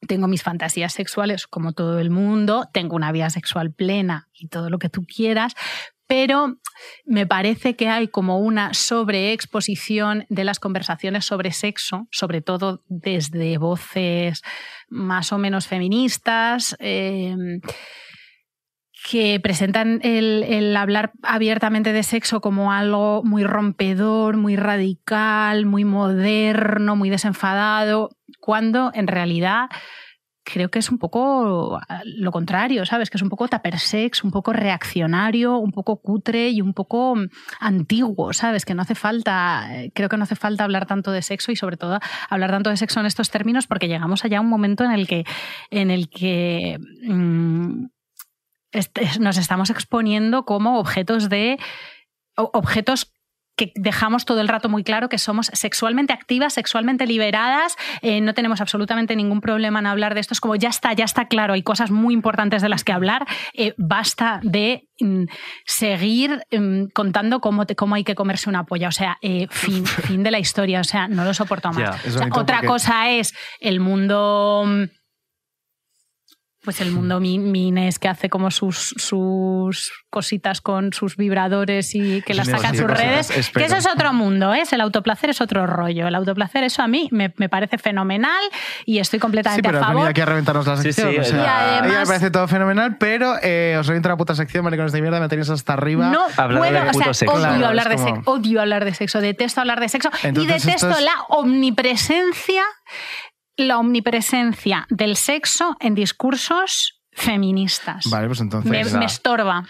H: tengo mis fantasías sexuales como todo el mundo. Tengo una vida sexual plena y todo lo que tú quieras. Pero me parece que hay como una sobreexposición de las conversaciones sobre sexo, sobre todo desde voces más o menos feministas. em, que presentan el, el hablar abiertamente de sexo como algo muy rompedor, muy radical, muy moderno, muy desenfadado, cuando en realidad creo que es un poco lo contrario, ¿sabes? Que es un poco tapersex, un poco reaccionario, un poco cutre y un poco mm, antiguo, ¿sabes? Que no hace falta, eh, creo que no hace falta hablar tanto de sexo y sobre todo hablar tanto de sexo en estos términos porque llegamos allá a un momento en el que, en el que mm, este- nos estamos exponiendo como objetos de o- objetos que dejamos todo el rato muy claro que somos sexualmente activas, sexualmente liberadas, eh, no tenemos absolutamente ningún problema en hablar de esto. Es como ya está, ya está claro, hay cosas muy importantes de las que hablar. eh, basta de mm, seguir mm, contando cómo, te- cómo hay que comerse una polla. O sea, eh, fin, fin de la historia. O sea, no lo soporto más.
L: Ya,
D: Ah,
L: es
H: O sea,
L: bonito
H: otra
L: porque-
H: cosa es el mundo. mm, pues el mundo mi- Mines que hace como sus, sus cositas con sus vibradores y que las
L: Tiene
H: saca en
L: bastante
H: sus
L: cositas,
H: redes.
L: espero.
H: Que eso es otro mundo, ¿eh? El autoplacer es otro rollo. El autoplacer, eso a mí me, me parece fenomenal y estoy
D: Sí,
H: completamente
D: pero
H: a
D: has venido
H: favor.
D: aquí a reventarnos la
A: Sí,
D: sección.
A: sí,
D: o sea,
A: y además-
D: ella me parece todo fenomenal, pero eh, os reviento la puta sección, maricones de mierda, me tenéis hasta arriba.
H: No puedo, o sea, odio,
D: Claro,
H: hablar de
D: es como-
H: sexo, odio hablar de sexo, detesto hablar de sexo y
D: Entonces,
H: detesto
D: esto es-
H: la omnipresencia, la omnipresencia del sexo en discursos feministas.
D: Vale, pues entonces...
H: Me- me estorba.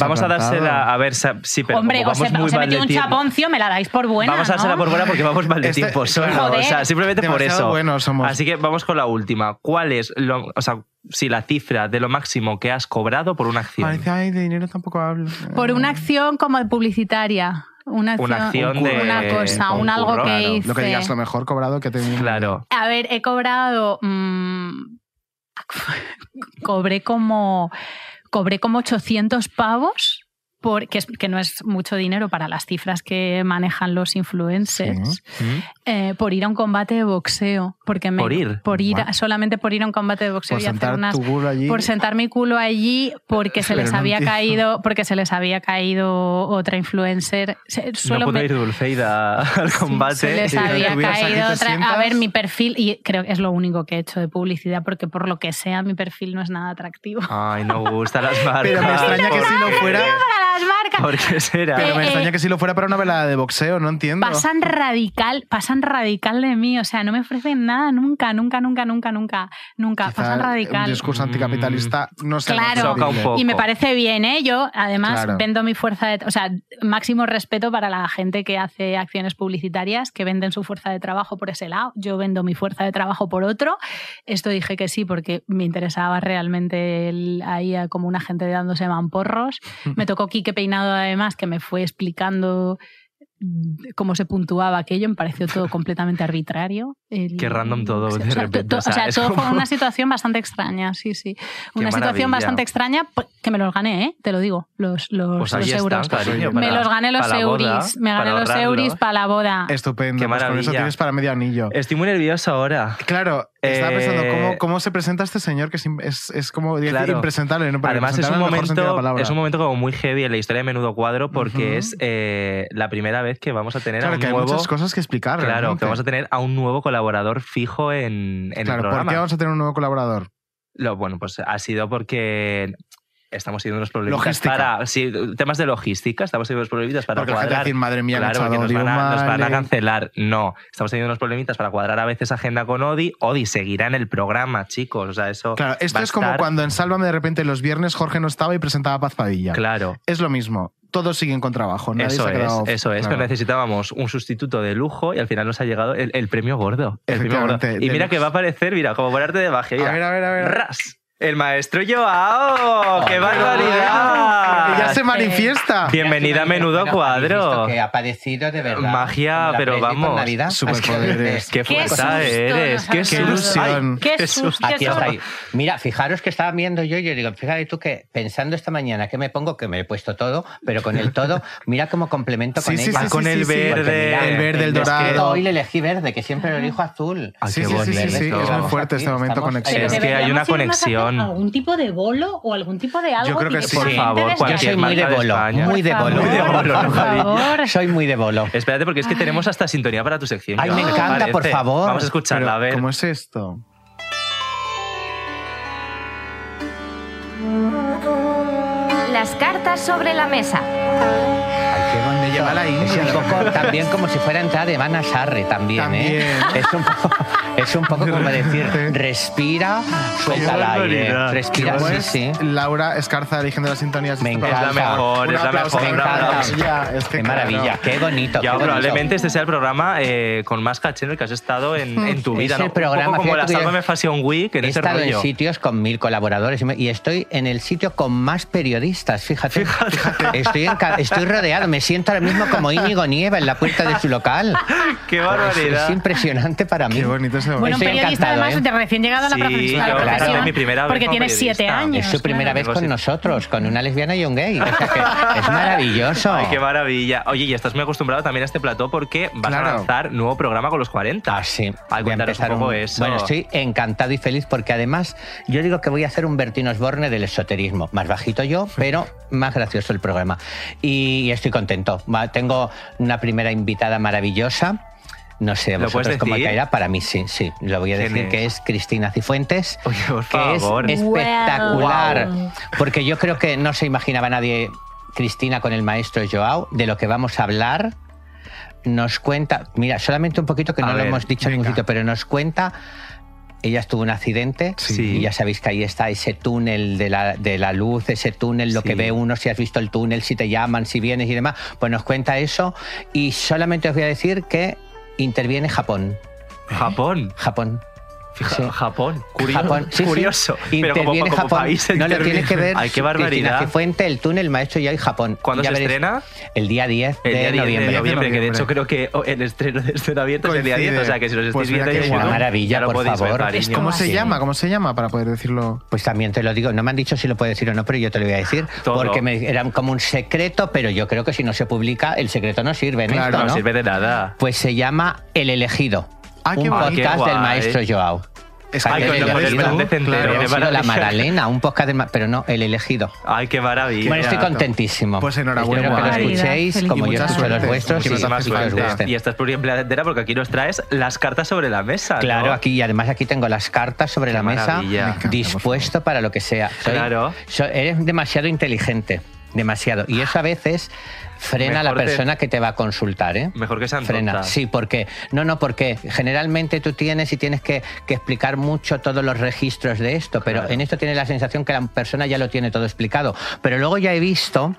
A: Vamos a dársela, a ver sa- sí, pero
H: Hombre,
A: como
H: os he,
A: vamos muy
H: os he
A: mal de
H: metido un
A: tiempo-
H: chaponcio, me la dais por buena.
A: vamos a dársela
H: ¿no?
A: por buena porque vamos mal de tiempo solo.
D: Este, claro,
A: o sea, simplemente por
D: demasiado
A: eso.
D: buenos somos.
A: Así que vamos con la última. ¿Cuál es lo, o sea, si la cifra de lo máximo que has cobrado por una acción?
D: Parece, ay, de dinero tampoco hablo. Mm,
H: Por una acción como publicitaria. Una acción,
A: Una acción
H: un-
A: de-
H: una cosa, un,
A: concurso,
H: algo que
A: claro.
H: hice.
D: Lo que digas, lo mejor cobrado que te...
A: Claro.
H: A ver, he cobrado. mm, cobré como. Cobré como 800 pavos por, que, es- que no es mucho dinero para las cifras que manejan los influencers,
D: ¿Mm?
H: eh, por ir a un combate de boxeo. Porque me-
A: Por ir.
H: Por ir a-
A: Bueno.
H: solamente por ir a un combate de boxeo
D: Por
H: y hacer
D: sentar
H: unas.
D: tu culo allí.
H: Por sentar mi culo allí porque se
D: Pero
H: les
D: no
H: había
D: entiendo.
H: caído, porque se les había caído otra influencer. Se-
A: no
H: suelo
A: puedo
H: me-
A: ir Dulceida al combate.
H: se les
A: Sí, no te
H: había
A: hubieras aquí,
H: caído
A: te
H: otra.
A: sientas.
H: A ver, mi perfil, y creo que es lo único que he hecho de publicidad, porque por lo que sea, mi perfil no es nada atractivo.
A: Ay, no gustan las marcas.
D: Pero me extraña que si no
A: ¿Por qué?
D: fuera.
H: Para las marcas.
A: ¿Por qué será?
D: Pero me
H: Eh,
D: extraña
H: eh,
D: que si lo fuera para una velada de boxeo, no entiendo.
H: Pasan radical, pasan radical de mí, o sea, no me ofrecen nada nunca, nunca, nunca, nunca, nunca, nunca,
D: Quizá
H: pasan
D: Un
H: radical.
D: discurso anticapitalista no sé.
H: Claro,
A: Mm. Choca un poco.
H: y me parece bien, ¿eh? Yo además
D: Claro.
H: vendo mi fuerza de... O sea, máximo respeto para la gente que hace acciones publicitarias, que venden su fuerza de trabajo por ese lado, yo vendo mi fuerza de trabajo por otro. Esto dije que sí porque me interesaba realmente el- ahí a- como una gente dándose mamporros. Me tocó Quique Peinado además, que me fue explicando mm, cómo se puntuaba aquello, me pareció todo completamente arbitrario. El-
A: Qué random todo,
H: Sí,
A: de
H: o sea,
A: repente,
H: to- to-
A: o sea,
H: o sea,
A: es
H: todo fue
A: como-
H: una situación bastante extraña, sí, sí. Una situación
A: maravilla.
H: bastante extraña p- que me los gané, ¿eh? Te lo digo, los, los,
A: Pues
H: los
A: ahí
H: euros. Pues
A: están, cariño.
H: me
A: para-
H: los gané los
A: para la
H: euris.
A: boda,
H: me gané
A: para
H: los
A: ahorrarlos.
H: euris para la boda.
D: Estupendo.
A: Qué
D: pues con eso
A: maravilla.
D: tienes para medio anillo.
A: Estoy muy nervioso ahora.
D: Claro, estaba pensando
A: Eh,
D: cómo, cómo se presenta este señor que es, im- es, es como decir,
A: Claro.
D: impresentable. ¿no? Para
A: Además es un,
D: presentarlo en el mejor sentido de la
A: momento,
D: palabra.
A: es un momento como muy heavy en la historia de Menudo Cuadro porque
D: Ujú.
A: es eh, la primera vez que vamos a tener a
D: Claro,
A: un
D: que hay
A: nuevo...
D: muchas cosas que explicar.
A: Claro,
D: realmente.
A: que vamos a tener a un nuevo colaborador fijo en, en el
D: Claro, ¿por
A: programa.
D: qué vamos a tener un nuevo colaborador?
A: Lo- bueno, pues ha sido porque estamos teniendo unos problemas
D: Logística.
A: para sí, temas de logística, estamos teniendo unos problemitas para
D: Porque la gente va a
A: cuadrar.
D: decir, madre mía, me
A: Claro,
D: ha
A: porque
D: echado
A: nos van, a, nos van a
D: Oriol Male.
A: cancelar. No, estamos teniendo unos problemitas para cuadrar a veces agenda con Odi. Odi seguirá en el programa, chicos. O sea, eso.
D: Claro, esto
A: va a
D: es como
A: estar-
D: cuando en Sálvame de repente los viernes Jorge no estaba y presentaba a Paz Padilla.
A: Claro.
D: Es lo mismo. Todos siguen con trabajo. Pues Nadie
A: Eso
D: se ha
A: es,
D: quedado.
A: eso es,
D: Claro.
A: pero necesitábamos un sustituto de lujo y al final nos ha llegado el, el premio gordo. el premio gordo.
D: Efectivamente,
A: Y
D: de
A: mira que
D: lujo.
A: va a aparecer, mira, como por arte de magia. mira.
D: A ver, a ver, a ver.
A: ¡Ras! El maestro Joao, qué barbaridad.
D: Ya se manifiesta.
A: Bienvenida a menudo cuadro.
L: Que ha padecido de verdad.
A: Magia,
L: Como la
A: pero
L: Freddy con
A: vamos.
L: Navidad.
D: Superpoderes.
A: Qué fuerza
H: susto
A: eres,
H: nos
A: qué
H: has
A: susto.
H: dado.
D: ilusión.
H: Qué susto.
L: Aquí está ahí. Mira, fijaros que estaba viendo yo, yo digo, fíjate tú que pensando esta mañana que me pongo, que me he puesto todo, pero con el todo, mira cómo complemento
D: Sí,
L: con
D: sí,
L: ella.
D: sí,
A: Ah, con
D: sí,
A: el
D: sí, sí.
A: verde.
D: El verde, el
L: Es que
D: dorado.
L: Hoy le elegí verde, que siempre lo elijo azul.
A: Ah,
D: Sí,
A: qué
D: sí, sí, sí,
A: bonito.
D: sí, es muy fuerte este momento
L: Estamos-
D: conexión.
A: Es que hay una
H: Deberíamos irnos a hacer
A: conexión.
H: algún tipo de bolo o algún tipo de algo.
D: creo que
H: y
D: sí.
H: por
A: Por
D: Sí.
A: favor,
H: Yo
L: Yo soy
A: cualquier
L: muy de
A: marca de
L: bolo,
A: España.
L: muy de bolo.
A: Muy de bolo,
H: Por
A: ¿no,
H: favor.
A: Javi?
L: Soy muy de bolo.
A: Espérate, porque es que tenemos hasta sintonía para tu sección.
L: Ay,
A: Joao,
L: me
A: ¿qué
L: encanta,
A: parece?
L: por favor.
A: Vamos a
D: Pero,
A: escucharla, a ver.
D: ¿Cómo es esto?
M: Las cartas sobre la mesa.
L: Ay, qué bonito.
D: lleva la
L: Es
D: India.
L: un poco también como si fuera entrada de Van Sarre también, ¿eh?
D: También.
L: Es un poco, es un poco como decir,
D: repente.
L: respira, suelta el aire. ¿eh?
A: barbaridad.
L: Respira, sí,
D: Pues,
L: sí.
D: Laura Escarza, eligiendo las sintonías.
L: Me
D: Este programa.
L: encanta. Es la
A: mejor,
D: Un
A: es la
D: aplauso,
A: mejor,
D: Laura.
A: un aplauso.
D: Maravilla, es que
L: Qué
D: claro.
L: maravilla, qué bonito. qué
A: Joao,
L: bonito.
A: probablemente este sea el programa eh, con más caché en el que has estado en, en tu
L: Es
A: vida. ¿no?
L: el
A: Un
L: programa,
A: poco como
L: fíjate
A: la
L: que yo-
A: Sálvame Fashion Week, en
L: He
A: ese
L: estado en
A: rollo.
L: sitios con mil colaboradores y me- y estoy en el sitio con más periodistas, fíjate. Estoy, en ca- estoy rodeado, me siento ahora mismo como Íñigo Nieva en la puerta de su local.
A: ¡Qué
L: Es, es
A: barbaridad!
L: impresionante para mí.
D: Qué bonito ese
H: Bueno,
D: momento.
H: un
L: Estoy
H: periodista
L: encantado,
H: además
L: ¿eh?
H: de recién llegado a la
A: Sí,
H: profesión.
A: claro,
H: la
L: claro,
H: profesión,
L: es mi
A: primera vez
H: porque
A: como
H: tiene
A: periodista.
H: siete años.
L: Es su primera
H: claro.
L: vez con nosotros, con una lesbiana y un gay. O sea que es maravilloso.
A: Ay, qué maravilla. Oye, y estás muy acostumbrado también a este plató porque vas a
D: Claro.
A: lanzar nuevo programa con los 40.
L: Ah, sí.
A: Ay,
L: Voy a
A: cuéntanos un
L: empezar
A: poco eso.
L: Bueno, estoy encantado y feliz porque además yo digo que voy a hacer un Bertino Osborne del esoterismo. Más bajito yo, pero más gracioso el programa. Y estoy contento. Va, Tengo una primera invitada maravillosa. No sé, a
A: ¿Lo
L: vosotros
A: puedes
L: cómo
A: decir?
L: caerá. Para mí sí, sí. Lo voy a
A: ¿Quién
L: decir
A: es?
L: que es Cristina Cifuentes.
A: Oye, por
L: que
A: favor.
L: es espectacular. Porque yo creo que no se imaginaba nadie, Cristina con el maestro Joao, de lo que vamos a hablar. Nos cuenta, mira, solamente un poquito que
A: A
L: no
A: ver,
L: lo hemos dicho en ningún
D: venga.
L: sitio, pero nos cuenta. Ella tuvo un accidente
A: Sí.
L: y ya sabéis que ahí está ese túnel de la, de la luz, ese túnel, lo
A: Sí.
L: que ve uno, si has visto el túnel, si te llaman, si vienes y demás. Pues nos cuenta eso y solamente os voy a decir que interviene Japón.
A: Japón.
L: Japón.
A: Fija-
H: ¿Eh? Sí.
A: Japón, curio-
H: Japón, sí, sí.
A: curioso. Pero como,
H: Interviene
A: como
H: Japón.
A: país
H: no lo
A: interviene.
H: tienes que ver.
A: Ay, qué
H: Cristina
A: barbaridad.
H: Cifuente, el túnel, maestro y hay Japón.
A: ¿Cuándo
H: Ya
A: se
H: veréis.
A: estrena?
H: El día 10
A: El día
H: de
A: 10
H: noviembre.
A: de noviembre, que de hecho creo que oh, el estreno de Escena Abierta es el día 10, o sea que si los estáis
H: Pues mira
A: viendo
H: qué
A: en
H: guay.
A: YouTube,
H: Una maravilla,
A: ya lo
H: por
A: podéis ver,
H: favor.
A: cariño.
H: Es
D: ¿Cómo
H: como
D: se
H: así.
D: llama? ¿Cómo se llama para poder decirlo?
H: Pues también te lo digo, no me han dicho si lo puedo decir o no, pero yo te lo voy a decir.
A: Todo.
H: Porque me, era como un secreto, pero yo creo que si no se publica, el secreto no sirve. en
A: Claro,
H: esto,
A: no
H: ¿no?
A: sirve de nada.
H: Pues se llama El Elegido.
D: Ah,
H: un
D: qué guay. Ah,
H: podcast
D: qué
H: del
D: guay.
H: maestro Joao.
D: Es que
H: Para
A: Ay,
H: que
A: con-
H: lo
A: con el
H: veas, ¿no?
A: Bernadette entero, de
H: Claro, ha sido la
A: maravilla.
H: Madalena, un podcast del ma- pero no, El Elegido.
A: Ay, qué maravilla.
H: Bueno, estoy contentísimo.
D: Pues enhorabuena.
H: Espero que lo
D: Felicidad,
H: escuchéis, como yo
D: felicidad.
H: escucho los
D: Mucha
H: vuestros, y
D: suerte.
H: espero
A: Muchísimas
H: que os
A: gracias.
H: gusten.
A: Y esta es pluriempleada entera porque aquí nos traes las cartas sobre la mesa. ¿no?
H: Claro, aquí y además aquí tengo las cartas sobre
A: Qué
H: la mesa,
A: maravilla. Me encanta,
H: dispuesto para lo que sea. Soy-
A: Claro.
H: so- eres demasiado inteligente, demasiado. Y eso a veces frena a la
A: Mejor te-
H: persona que te va a consultar, ¿eh?
A: Mejor que sean
H: Frena,
A: tontas.
H: sí, porque no, no, porque generalmente tú tienes y tienes que, que explicar mucho todos los registros de esto, pero en esto tienes la sensación que la persona ya lo tiene todo explicado. Pero luego ya he visto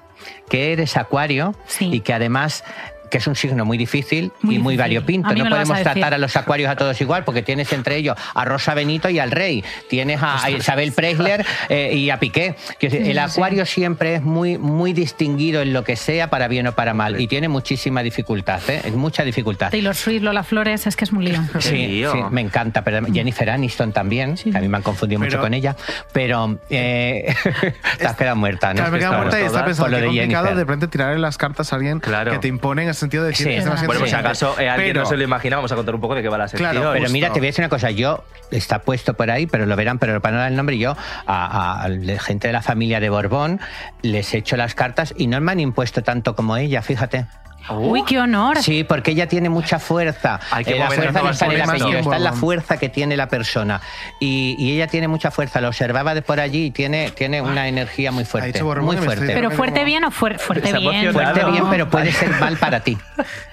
H: que eres acuario y que además que es un signo muy difícil y muy variopinto.
F: A mí
H: No
F: me lo vas
H: podemos
F: a decir.
H: tratar a los acuarios a todos igual, porque tienes entre ellos a Rosa Benito y al Rey, tienes a, a Isabel Preisler eh, y a Piqué. Quiero decir, El acuario siempre es muy, muy distinguido en lo que sea, para bien o para mal, y tiene muchísima dificultad, ¿eh? es mucha dificultad.
F: Taylor Swift, Lola Flores, es que es un lío.
H: Sí, sí, me encanta. Pero Jennifer Aniston también, que a mí me han confundido mucho
D: Pero-
H: con ella. Pero eh, te has quedado muerta, ¿no?
D: Claro, me he quedado
H: Por
D: muerta y
H: todas,
D: estaba
H: por
D: pensando
H: lo
D: que
H: de
D: complicado de
H: Jennifer.
D: repente tirarle las cartas a alguien que te impone en el sentido de decir,
H: Sí.
D: es demasiado
A: Bueno, pues si
D: inteligente.
A: acaso eh, alguien
D: Pero-
A: no se lo imagina, vamos a contar un poco de qué va la sección.
H: pero mira, te voy a decir una cosa. Yo, está puesto por ahí, pero lo verán, pero para no dar el nombre, yo a, a la gente de la familia de Borbón les echo las cartas y no me han impuesto tanto como ella, fíjate.
F: Uy, qué honor.
H: Sí, porque ella tiene mucha fuerza.
A: Ay, qué
H: Eh, la
A: momento,
H: fuerza
A: no
H: no
A: vas
H: está en el
A: poniendo.
H: apellido, está en la
A: Borbón.
H: fuerza que tiene la persona. Y, y ella tiene mucha fuerza. Lo observaba de por allí y tiene, tiene una energía muy fuerte.
D: dicho Borbón
H: Muy
D: y me estoy
H: fuerte.
F: Pero fuerte bien o fuer- fuerte
H: Está
F: bien.
H: Fuerte
F: ¿no?
H: bien, pero puede ser mal para ti.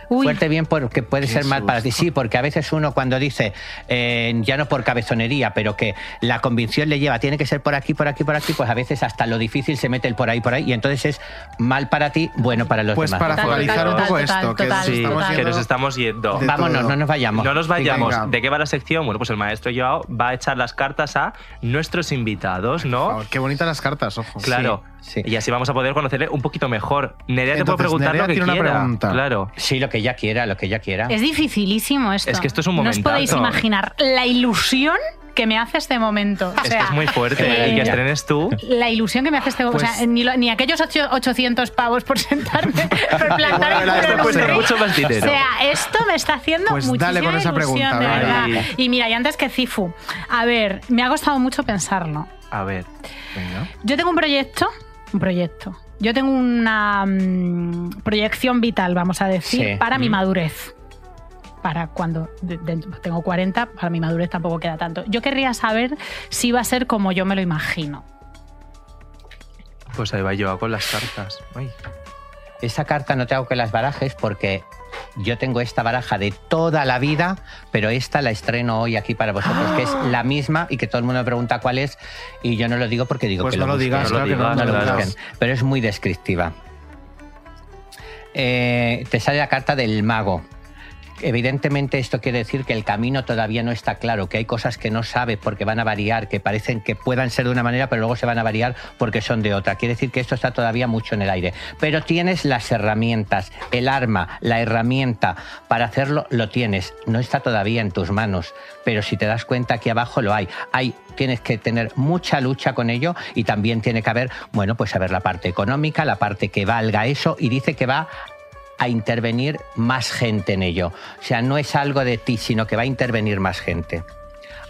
H: Fuerte bien porque puede ser mal para ti. Sí, porque a veces uno cuando dice, eh, ya no por cabezonería, pero que la convicción le lleva, tiene que ser por aquí, por aquí, por aquí, pues a veces hasta lo difícil se mete el por ahí, por ahí, y entonces es mal para ti, bueno para los
D: Pues
H: demás.
D: para Total, focalizar total, un poco total, esto, que total, nos
A: Sí,
D: estamos
A: que
D: yendo
A: nos estamos yendo.
H: de Vámonos, todo. no nos vayamos.
A: No nos vayamos.
H: Venga.
A: ¿De qué va la sección? Bueno, pues el maestro Joao va a echar las cartas a nuestros invitados, ¿no?
D: Qué bonitas las cartas, ojo.
A: Claro. Y así vamos a poder conocerle un poquito mejor. Nerea te puede
D: Entonces,
A: preguntar
D: Nerea
A: lo que
D: tiene una
A: quiera.
D: pregunta.
A: Claro.
H: Sí, lo que ella quiera, lo que ella quiera.
F: Es dificilísimo esto.
A: Es que esto es un
F: No os podéis
A: momentazo.
F: imaginar la ilusión que me hace este momento. O
A: Es que
F: sea,
A: es muy fuerte.
F: eh,
A: Y que estrenes tú.
F: La ilusión que me hace este momento. O sea,
A: Pues-
F: ni, lo- ni aquellos ocho- 800 pavos por sentarme, por plantar el
A: Bueno,
F: culo
A: esto
F: en un
A: cuesta
F: ring.
A: pues mucho más dinero.
F: O sea, esto me está haciendo
D: Pues
F: muchísima
D: dale con esa
F: ilusión,
D: pregunta,
F: de
D: dale.
F: verdad.
D: Ahí.
F: Y mira, y antes que Cifu, a ver, me ha costado mucho pensarlo.
A: A ver.
F: Yo tengo un proyecto, un proyecto. Yo tengo una mm, proyección vital, vamos a decir,
H: Sí.
F: para mi
H: Mm.
F: madurez. Para cuando de- de- tengo 40, para mi madurez tampoco queda tanto. Yo querría saber si va a ser como yo me lo imagino.
A: Pues ahí va Joao con las cartas. Ay.
H: Esa carta no te hago que las barajes porque yo tengo esta baraja de toda la vida, pero esta la estreno hoy aquí para vosotros, que
F: Ah.
H: es la misma y que todo el mundo me pregunta cuál es y yo no lo digo porque digo
D: Pues
H: que
D: no lo
H: busquen.
D: digas, No lo claro que no, digas, no lo
H: lo
D: claro.
H: busquen. Pero es muy descriptiva. Eh, te sale la carta del mago. Evidentemente esto quiere decir que el camino todavía no está claro, que hay cosas que no sabes porque van a variar, que parecen que puedan ser de una manera, pero luego se van a variar porque son de otra. Quiere decir que esto está todavía mucho en el aire. Pero tienes las herramientas, el arma, la herramienta para hacerlo, lo tienes. No está todavía en tus manos, pero si te das cuenta aquí abajo lo hay. Hay tienes que tener mucha lucha con ello y también tiene que haber, bueno, pues a ver la parte económica, la parte que valga eso y dice que va a intervenir más gente en ello. O sea, no es algo de ti, sino que va a intervenir más gente.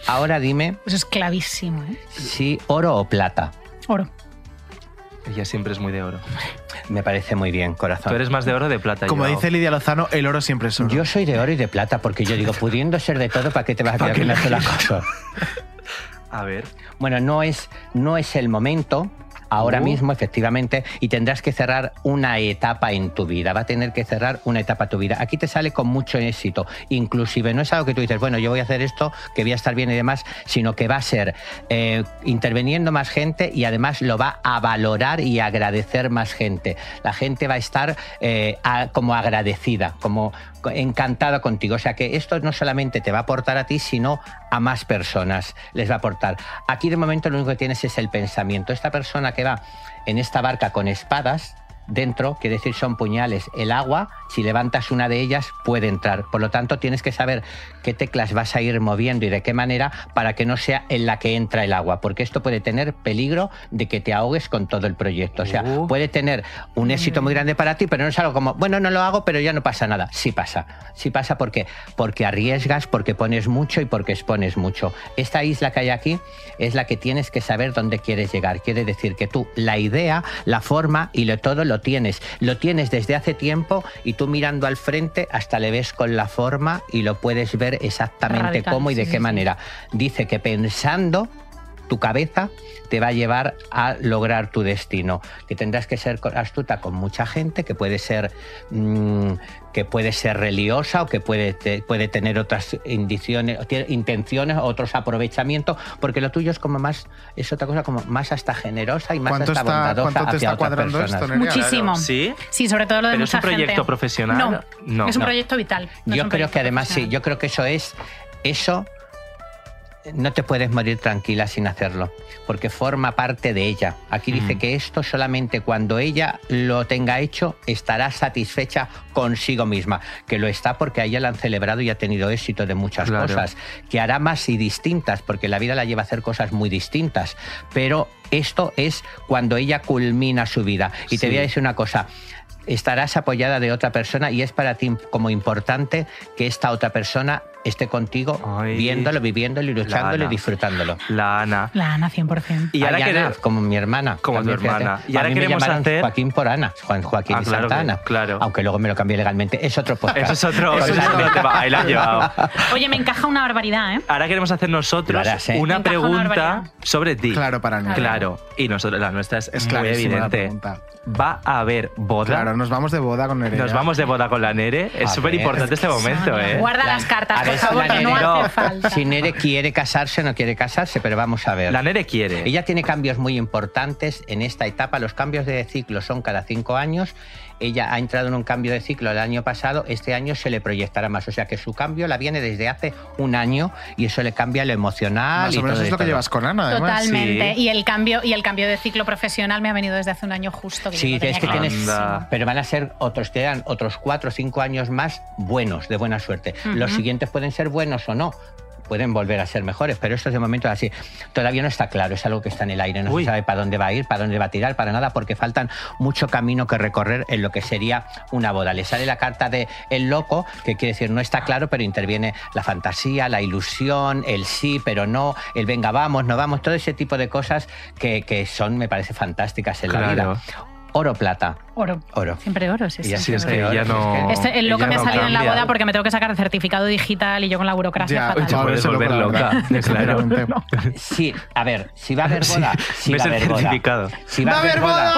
H: Ahora dime
F: Pues es clavísimo, ¿eh?
H: si oro o plata.
F: Oro.
A: Ella siempre es muy de oro.
H: Me parece muy bien, corazón.
A: Tú eres más de oro o de plata.
D: Ah. Como
A: Joao?
D: dice Lidia Lozano, el oro siempre es oro.
H: Yo soy de oro y de plata porque yo digo, pudiendo ser de todo, ¿para qué te vas a quedar con una sola cosa?
A: A ver.
H: Bueno, no es, no es el momento. Ahora
A: Uh.
H: mismo, efectivamente, y tendrás que cerrar una etapa en tu vida. Va a tener que cerrar una etapa en tu vida. Aquí te sale con mucho éxito. Inclusive no es algo que tú dices, bueno, yo voy a hacer esto, que voy a estar bien y demás, sino que va a ser eh, interviniendo más gente y además lo va a valorar y agradecer más gente. La gente va a estar eh, a- como agradecida, como
L: encantado contigo. O sea que esto no solamente te va a aportar a ti, sino a más personas les va a aportar. Aquí de momento lo único que tienes es el pensamiento. Esta persona que va en esta barca con espadas dentro, quiere decir son puñales, el agua, si levantas una de ellas puede entrar. Por lo tanto, tienes que saber qué teclas vas a ir moviendo y de qué manera para que no sea en la que entra el agua, porque esto puede tener peligro de que te ahogues con todo el proyecto. O sea,
A: Uh,
L: puede tener un éxito muy grande para ti, pero no es algo como, bueno, no lo hago, pero ya no pasa nada. Sí pasa. Sí pasa porque porque arriesgas, porque pones mucho y porque expones mucho. Esta isla que hay aquí es la que tienes que saber dónde quieres llegar. Quiere decir que tú la idea, la forma y lo- todo lo tienes. Lo tienes desde hace tiempo y tú mirando al frente hasta le ves con la forma y lo puedes ver exactamente
N: Radical,
L: cómo y de
N: sí,
L: qué
N: sí, sí.
L: manera. Dice que pensando tu cabeza te va a llevar a lograr tu destino. Que tendrás que ser co- astuta con mucha gente, que puede ser mm, que puede ser religiosa o que puede, te- puede tener otras indiciones, o tiene intenciones, otros aprovechamientos, porque lo tuyo es como más, es otra cosa como más hasta generosa y más
D: ¿Cuánto
L: hasta
D: está-
L: bondadosa
D: cuánto te
L: hacia
D: está
L: otras
D: cuadrando esto,
L: personas.
D: Nerea?
H: Muchísimo.
A: ¿Sí?
H: Sí, sobre todo lo de
L: ¿Pero es
H: mucha
L: un proyecto
H: gente.
L: profesional?
H: No,
L: No.
H: es un
L: No.
H: proyecto vital. no es
L: Yo
H: un
L: creo
H: proyecto
L: que además sí, yo creo que eso es, eso no te puedes morir tranquila sin hacerlo, porque forma parte de ella. Aquí
A: Mm.
L: dice que esto solamente cuando ella lo tenga hecho estará satisfecha consigo misma, que lo está porque a ella la han celebrado y ha tenido éxito de muchas
A: Claro.
L: cosas, que hará más y distintas, porque la vida la lleva a hacer cosas muy distintas, pero esto es cuando ella culmina su vida. Y
A: Sí.
L: te voy a decir una cosa, estarás apoyada de otra persona y es para ti como importante que esta otra persona esté contigo viéndolo, viviéndolo y luchándolo y
A: Ana.
L: disfrutándolo.
A: La Ana.
H: La Ana, 100%.
L: Y ahora que
A: queremos-
L: como mi hermana.
A: Como tu
L: también, fíjate.
A: hermana. Y
L: A
A: ahora
L: mí me
A: queremos
L: llamaron
A: hacer-
L: Joaquín por Ana, Juan Joaquín
A: Ah,
L: y
A: claro
L: Santana.
A: que- claro.
L: Aunque luego me lo cambié legalmente. Es otro podcast.
A: Eso es otro- eso es otro tema. Ahí la has llevado.
H: Oye, me encaja una barbaridad, ¿eh?
A: Ahora queremos hacer nosotros
L: Lo harás, ¿eh? Me
A: una
H: encaja una
A: pregunta
H: barbaridad.
A: sobre ti. Claro,
D: para mí.
A: Claro. Y nosotros, la nuestra es, muy
D: clarísima la
A: evidente.
D: pregunta.
A: ¿Va a haber boda?
D: Claro, nos vamos de boda con Nerea.
A: Nos vamos de boda con la Nere.
L: A
A: Es súper importante este momento, ¿eh?
H: Guarda las cartas, por favor, que no hace falta.
L: Si Nere quiere casarse o no quiere casarse, pero vamos a ver.
A: La Nere quiere.
L: Ella tiene cambios muy importantes en esta etapa. Los cambios de ciclo son cada cinco años. Ella ha entrado en un cambio de ciclo el año pasado. Este año se le proyectará más. O sea que su cambio la viene desde hace un año y eso le cambia lo emocional.
D: Más
L: y
D: o menos
L: todo
D: Ah, es
L: y
D: lo que
L: todo.
D: llevas con Ana, además.
H: Totalmente. Y el cambio y el cambio de ciclo profesional me ha venido desde hace un año justo. Que yo
L: Sí,
H: no
L: es que
H: tenía
L: tienes.
H: clarísimo.
L: Pero van a ser otros, te dan otros cuatro o cinco años más buenos, de buena suerte.
H: Ujú.
L: Los siguientes pueden ser buenos o no. Pueden volver a ser mejores, pero esto de momento es así. Todavía no está claro, es algo que está en el aire, no se sabe para dónde va a ir, para dónde va a tirar, para nada, porque faltan mucho camino que recorrer en lo que sería una boda. Le sale la carta de el loco, que quiere decir no está claro, pero interviene la fantasía, la ilusión, el sí, pero no, el venga, vamos, no vamos, todo ese tipo de cosas que, que son, me parece, fantásticas en la
A: Claro.
L: vida. Oro plata.
H: Oro.
L: Oro.
H: Siempre oro, sí,
L: Ya,
H: sí.
L: sí, es que
A: Ella
L: ya
A: no.
H: Este, el loco
A: ella
H: me ha
A: no
H: salido en la
A: cambia.
H: boda porque me tengo que sacar el certificado digital y yo con la burocracia
A: Ya,
H: fatal.
A: ya, Te puedes volver loca. Claro.
L: Sí, a ver, si va a haber
A: Sí,
L: boda, si
A: ves
L: va a
A: el
L: haber boda.
A: certificado.
L: Si va a haber boda.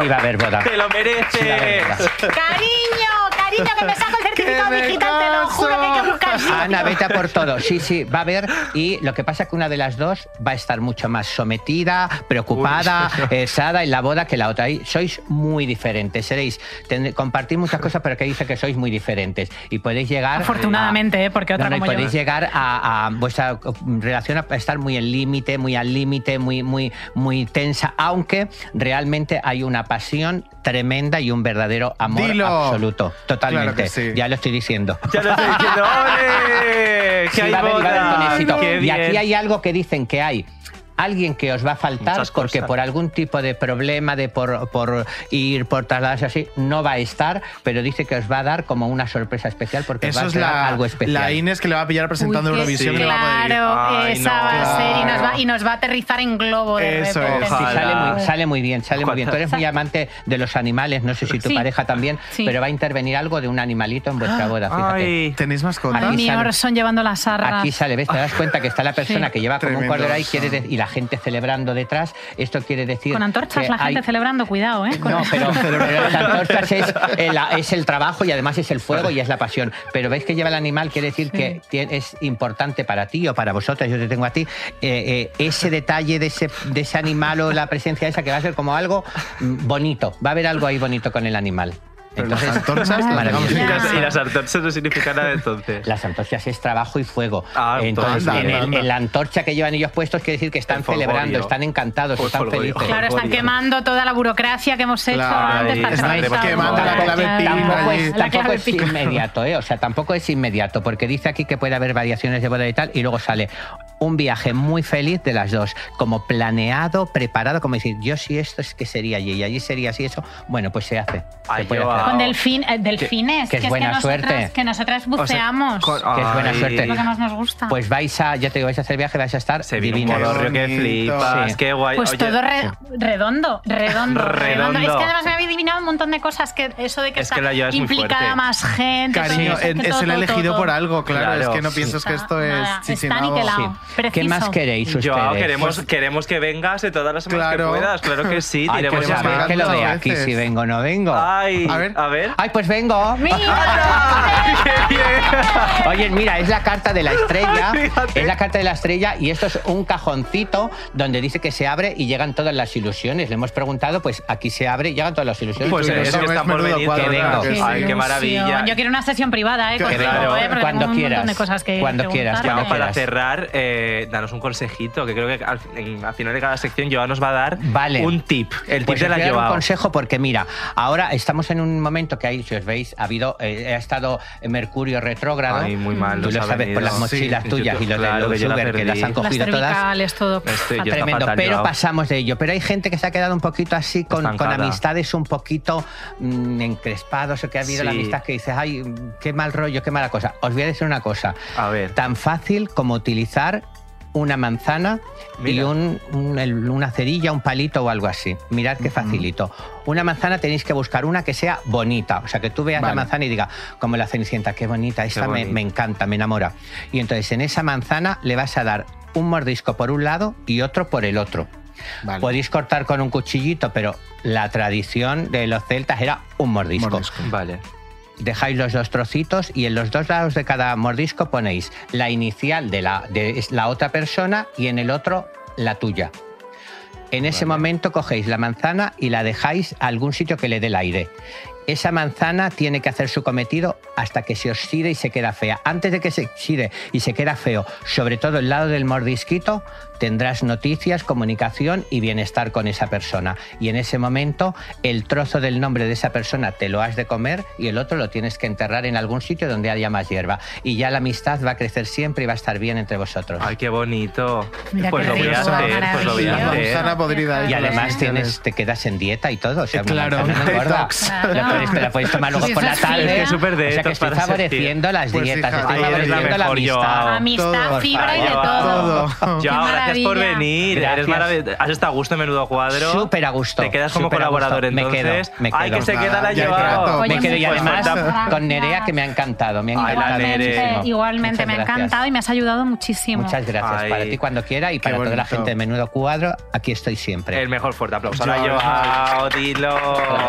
L: Si va a haber boda.
A: ¡Te lo
L: Sí va a haber boda.
A: mereces!
H: Cariño, cariño, que me saco el certificado digital, te lo juro que hay que buscar.
L: Ana, vete a por todo. Sí, sí, va a haber. Y lo que pasa es que una de las dos va a estar mucho más sometida, preocupada, esada en la boda que la otra. Y sois muy diferentes. Seréis, ten- compartís muchas cosas, pero que dice que sois muy diferentes. Y podéis llegar.
H: Afortunadamente, ¿eh? porque otra
L: No, no, y
H: como yo.
L: podéis llegar a, a vuestra relación a estar muy en límite, muy al límite, muy, muy, muy tensa, aunque realmente hay una pasión tremenda y un verdadero amor
D: Dilo.
L: absoluto. Totalmente.
D: Claro que sí.
L: Ya lo estoy diciendo.
A: Ya lo estoy diciendo. ¡Ole! ¡Que
L: Sí,
A: hay
L: va a haber- va a haber
A: boda!
L: con éxito.
A: ¡Qué
L: Y aquí
A: bien!
L: hay algo que dicen que hay. Alguien que os va a faltar
A: Muchas
L: porque
A: cosas.
L: por algún tipo de problema, de por, por ir, por trasladarse así, no va a estar, pero dice que os va a dar como una sorpresa especial porque os
D: Eso
L: va
D: es
L: a dar
D: la,
L: algo especial.
D: la Inés que le va a pillar presentando
L: Uy, qué
D: Eurovisión y le va a poder ir.
H: Claro,
L: Ay,
H: esa
L: no.
H: va a ser y nos
L: Claro.
H: va, y nos va a aterrizar en globo de
L: Eso
H: repente.
L: es. Sí, sale, muy, sale muy bien, sale muy bien. Tú eres
H: Sa-
L: muy amante de los animales, no sé si tu
H: Sí.
L: pareja también,
H: Sí.
L: pero va a intervenir algo de un animalito en vuestra boda, fíjate.
D: ¿Tenéis mascotas?
H: Ay, Ah, mi Orson llevando las arras.
L: Aquí sale, ¿ves? Te das cuenta que está la persona
H: Sí.
L: que lleva como
D: Tremendo
L: un cordero ahí
D: eso.
L: quiere de- y la gente celebrando detrás. Esto quiere decir.
H: Con antorchas
L: que
H: la gente
L: hay-
H: celebrando, cuidado, ¿eh? Con
L: No, pero, pero las antorchas es el, es el trabajo y además es el fuego y es la pasión. Pero veis que lleva el animal, quiere decir que tie- es importante para ti o para vosotras, yo te tengo a ti, eh, eh, ese detalle de ese, de ese animal o la presencia esa que va a ser como algo mm, bonito. Va a haber algo ahí bonito con el animal.
D: Pero las antorchas las
L: Maravilla.
D: dejamos
A: Y
D: en
A: las,
D: casa.
A: y las antorchas no significan nada entonces.
L: Las antorchas es trabajo y fuego.
A: Ah,
L: Entonces,
A: anda,
L: en, el-
A: anda.
L: en la antorcha que llevan ellos puestos quiere decir que están
A: folgorio.
L: celebrando, están encantados,
A: Fue
L: están
A: folgorio.
L: felices.
H: Claro, están quemando toda la burocracia que hemos hecho antes para
L: Están
H: traer esta
L: quemando
H: boda.
L: la clave
H: Claro,
L: Tampoco es,
H: la
L: tampoco
H: clave
L: es
H: pin.
L: inmediato, ¿eh? O sea, tampoco es inmediato, porque dice aquí que puede haber variaciones de boda y tal, y luego sale un viaje muy feliz de las dos, como planeado, preparado, como decir, yo sí esto es que sería allí, y allí sería así eso. Bueno, pues se hace. Se puede hacer.
H: Con delfín, eh, delfines, que,
L: que es
H: es que
L: buena
H: nosotras,
L: suerte.
H: que nosotras buceamos.
L: con- Que es buena Ay. suerte.
H: Es lo que más nos gusta.
L: Pues vais a, ya te digo, vais a hacer viaje, vais a estar Se
A: viene un bodorrio que flipas, qué guay.
H: Pues
A: Oye,
H: todo re- redondo, redondo, redondo. Es
A: Redondo.
H: que además me había adivinado un montón de cosas que eso de que,
A: Es
H: está
A: que la llevas muy
H: implicada
A: fuerte.
H: más gente. todo
D: Cariño,
H: eso, es
D: en-
H: que
D: es
H: todo,
D: el
H: todo,
D: elegido
H: todo.
D: por algo, claro.
A: Claro,
D: es que no
A: sí.
D: pienses que esto es
H: Nada, está
D: chichinabo.
H: niquelado, preciso.
L: ¿Qué más queréis ustedes?
A: Yo, queremos, queremos que vengas de todas las semanas
L: este Claro.
A: que puedas, claro que sí.
L: Ay, pues
A: diremos
L: queremos
A: ya.
L: saber que lo vea aquí, si vengo o no vengo.
A: Ay, a ver.
L: Ay, pues vengo. Oye, mira, es la carta de la estrella. Es la carta de la estrella y esto es un cajoncito donde dice que se abre y llegan todas las ilusiones. Le hemos preguntado, pues aquí se abre y llegan todas las ilusiones.
A: Pues es que están por venir, que vengo.
L: que
A: Ay, qué maravilla.
H: Yo quiero una sesión privada, ¿eh?
A: Qué
H: contigo,
A: raro.
H: ¿eh? Porque
A: Cuando
H: tengo un montón
A: quieras,
H: de cosas que
L: cuando
H: preguntar.
A: Ya
L: quieras, cuando
A: para
L: quieras.
A: cerrar, eh, danos un consejito, que creo que al, en- al final de cada sección Joa nos va a dar un tip. El tip
L: Pues
A: de
L: os
A: la
L: voy a dar un
A: Joa.
L: consejo porque mira, ahora estamos en un momento que hay, si os veis, ha habido, eh, ha estado Mercurio retrógrado.
A: Ay, muy mal,
L: Tú
A: los
L: lo
A: ha
L: sabes por
A: venido.
L: las mochilas
A: Sí,
L: tuyas
A: yo-
L: y los
A: claro,
L: de
A: que yo la
L: Lord Sugar,
A: perdí.
L: que las han
A: Las
L: cogido todas.
H: cervicales, todo.
A: Estoy- yo Este, está
L: Ah, Tremendo,
A: fatal,
L: pero
A: Joao.
L: pasamos de ello. Pero hay gente que se ha quedado un poquito así con, con
A: Estancada.
L: amistades un poquito mm, encrespados o que ha habido la
A: Sí.
L: amistad que dices, ay, mm, qué mal rollo, qué mala cosa. Os voy a decir una cosa.
A: A ver.
L: Tan fácil como utilizar una manzana y
A: Mira.
L: un, un- el- una cerilla, un palito o algo así. Mirad qué facilito. Una manzana tenéis que buscar una que sea bonita. O sea, que tú veas la
A: Vale.
L: manzana y digas, como la cenicienta, qué bonita, esta me-
A: bonita.
L: me encanta, me enamora. Y entonces en esa manzana le vas a dar un mordisco por un lado y otro por el otro. Podéis cortar con un cuchillito, pero la tradición de los celtas era un mordisco.
A: Vale.
L: Dejáis los dos trocitos y en los dos lados de cada mordisco ponéis la inicial de la, de la otra persona y en el otro la tuya. En ese momento cogéis la manzana y la dejáis a algún sitio que le dé el aire. Esa manzana tiene que hacer su cometido hasta que se oxide y se queda fea. Antes de que se oxide y se queda feo, sobre todo el lado del mordisquito, tendrás noticias, comunicación y bienestar con esa persona. Y en ese momento, el trozo del nombre de esa persona te lo has de comer y el otro lo tienes que enterrar en algún sitio donde haya más hierba. Y ya la amistad va a crecer siempre y va a estar bien entre vosotros.
A: Ay, qué bonito.
L: Mira
A: pues
L: qué
A: lo voy a
L: rico,
A: hacer, pues lo voy a
L: maravilla.
A: hacer.
D: Manzana podrida.
L: Y
D: ¿eh?
L: además tienes, te quedas en dieta y todo. O sea,
D: Claro,
L: una manzana no engorda.
D: detox. Claro.
L: La puedes- te la puedes tomar luego
D: Sí,
L: por
D: eso
L: la
D: es
L: tarde.
D: fibra. Es que
A: súper de
L: o sea, que
A: detox
L: estoy
A: para
L: favoreciendo
A: sentir.
L: las
A: Pues,
L: dietas,
A: hija,
L: estoy
A: tú eres la
L: favoreciendo la
A: mejor,
L: amistad.
A: Joao.
H: Amistad,
L: Por
H: fibra y de
L: favor.
H: todo. Qué
A: Joao, gracias por
H: maravilla.
A: venir. Eres
L: Gracias.
A: maravilloso. Has estado a gusto en menudo cuadro.
L: Súper a gusto.
A: Te quedas como
L: súper a gusto.
A: colaborador entonces.
L: Me quedo, me quedo.
A: Ay, que se queda la
L: Ya me
A: Joao.
L: quedo. Me
A: Oye,
L: quedo y
A: pues,
L: además
A: falta-
L: con Nerea que me ha encantado. Me ha
A: Ay, la
L: encantado
A: Nere.
L: muchísimo.
H: Igualmente,
L: Muchas
H: me ha
L: gracias.
H: encantado y me has ayudado muchísimo.
L: Muchas gracias.
A: Ay,
L: para ti cuando quiera y para toda la
A: bonito.
L: gente de Menudo Cuadro, aquí estoy siempre.
A: El mejor fuerte aplauso. Ahora
L: Joao.
A: Joao, dilo.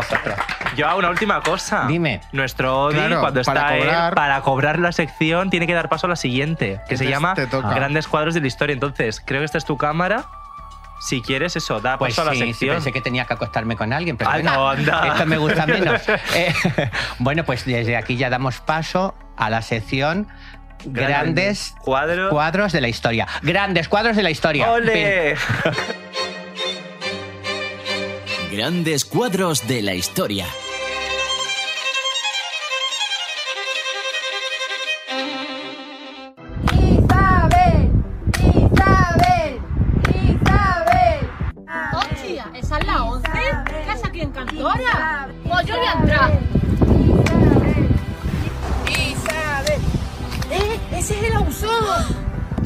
A: Joao, una última cosa.
L: Dime.
A: Nuestro Odi,
L: Claro,
A: cuando
L: para
A: está él,
L: cobrar. Este
A: para cobrar la sección, tiene que dar paso a la siguiente, que se
L: Entonces
A: llama
L: te toca.
A: Grandes Cuadros de la Historia. Entonces, creo que esta es tu cámara. Si quieres, eso, da
L: Pues
A: paso a la
L: sí, sí,
A: sección.
L: pensé que tenía que acostarme con alguien, pero
A: Ay,
L: bueno,
A: anda.
L: esto me gusta menos. Eh, bueno, pues desde aquí ya damos paso a la sección Grandes
A: Cuadros.
L: Cuadros de la Historia. Grandes Cuadros de la Historia.
A: ¡Ole!
N: Grandes cuadros de la historia.
O: Isabel, Isabel, Isabel.
G: ¡Hostia! ¿Esa es la 11? ¿Qué hace aquí en Cantora? Pues yo voy a entrar.
O: Isabel. ¡Eh! ¡Ese es el abusado!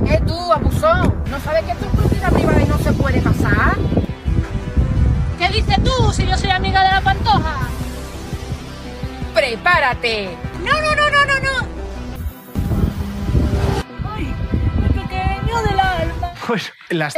O: ¡Eh tú, abusón! ¿No sabes que esto es propiedad privada y no se puede pasar?
G: ¿Qué dices tú si yo soy amiga de la Pantoja?
O: ¡Prepárate!
G: ¡No, no, no, no, no, no! ¡Ay! ¡Mi pequeño del alma!
A: Pues,
D: las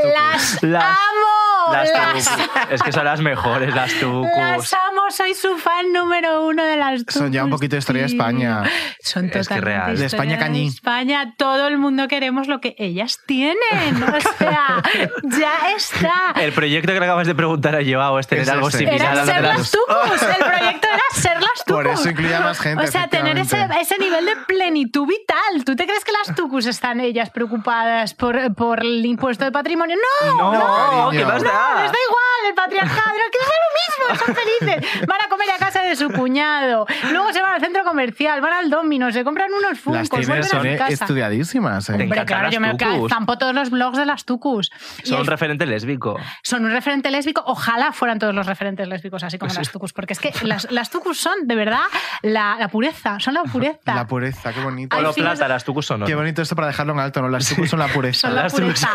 H: Las amo.
A: Las
H: Las,
A: tucus. Es que son las mejores, las
H: las
A: tucus.
H: amo. Soy su fan número uno de las
D: Son ya un
H: Tucus,
D: poquito de historia de
H: tío.
D: España.
H: Son
D: Es que real.
H: totalmente
D: De España
H: historia
D: cañí.
H: España, todo el mundo queremos lo que ellas tienen. O sea, ya está.
A: El proyecto que le acabas de preguntar a Joao es tener
D: Es este.
A: algo
D: ese.
A: similar
D: Era
A: a lo de
D: ser
A: las
D: las tucus,
H: El proyecto era ser las tucus.
D: más gente,
H: o sea, tener ese,
D: efectivamente.
H: ese nivel de plenitud vital. ¿Tú te crees que las tucus están ellas preocupadas por, por el impuesto de patrimonio? ¡No!
A: No,
H: no,
A: cariño. ¿qué más
H: no,
A: da?
H: les da igual el patriarcado, que les da lo mismo, son felices. Van a comer a casa de su cuñado, luego se van al centro comercial, van al domino, se compran unos
D: Las
H: funcos, vuelven
D: tienes son
H: a su casa.
D: estudiadísimas. ¿eh?
H: Hombre, claro, yo me
A: tucus.
H: estampo todos los blogs de las tucus. Y
A: Son
H: es-
A: referente lésbico.
H: son un referente lésbico. Ojalá fueran todos los referentes lésbicos así como
A: Sí.
H: las tucus, porque es que las, las tucus son de verdad la, la pureza, son la pureza.
D: La pureza, qué bonito.
H: Hay Olo fines- plata,
A: las tucus son
D: Qué bonito esto para dejarlo en alto, ¿no? Las tucus son la pureza.
H: Son la pureza.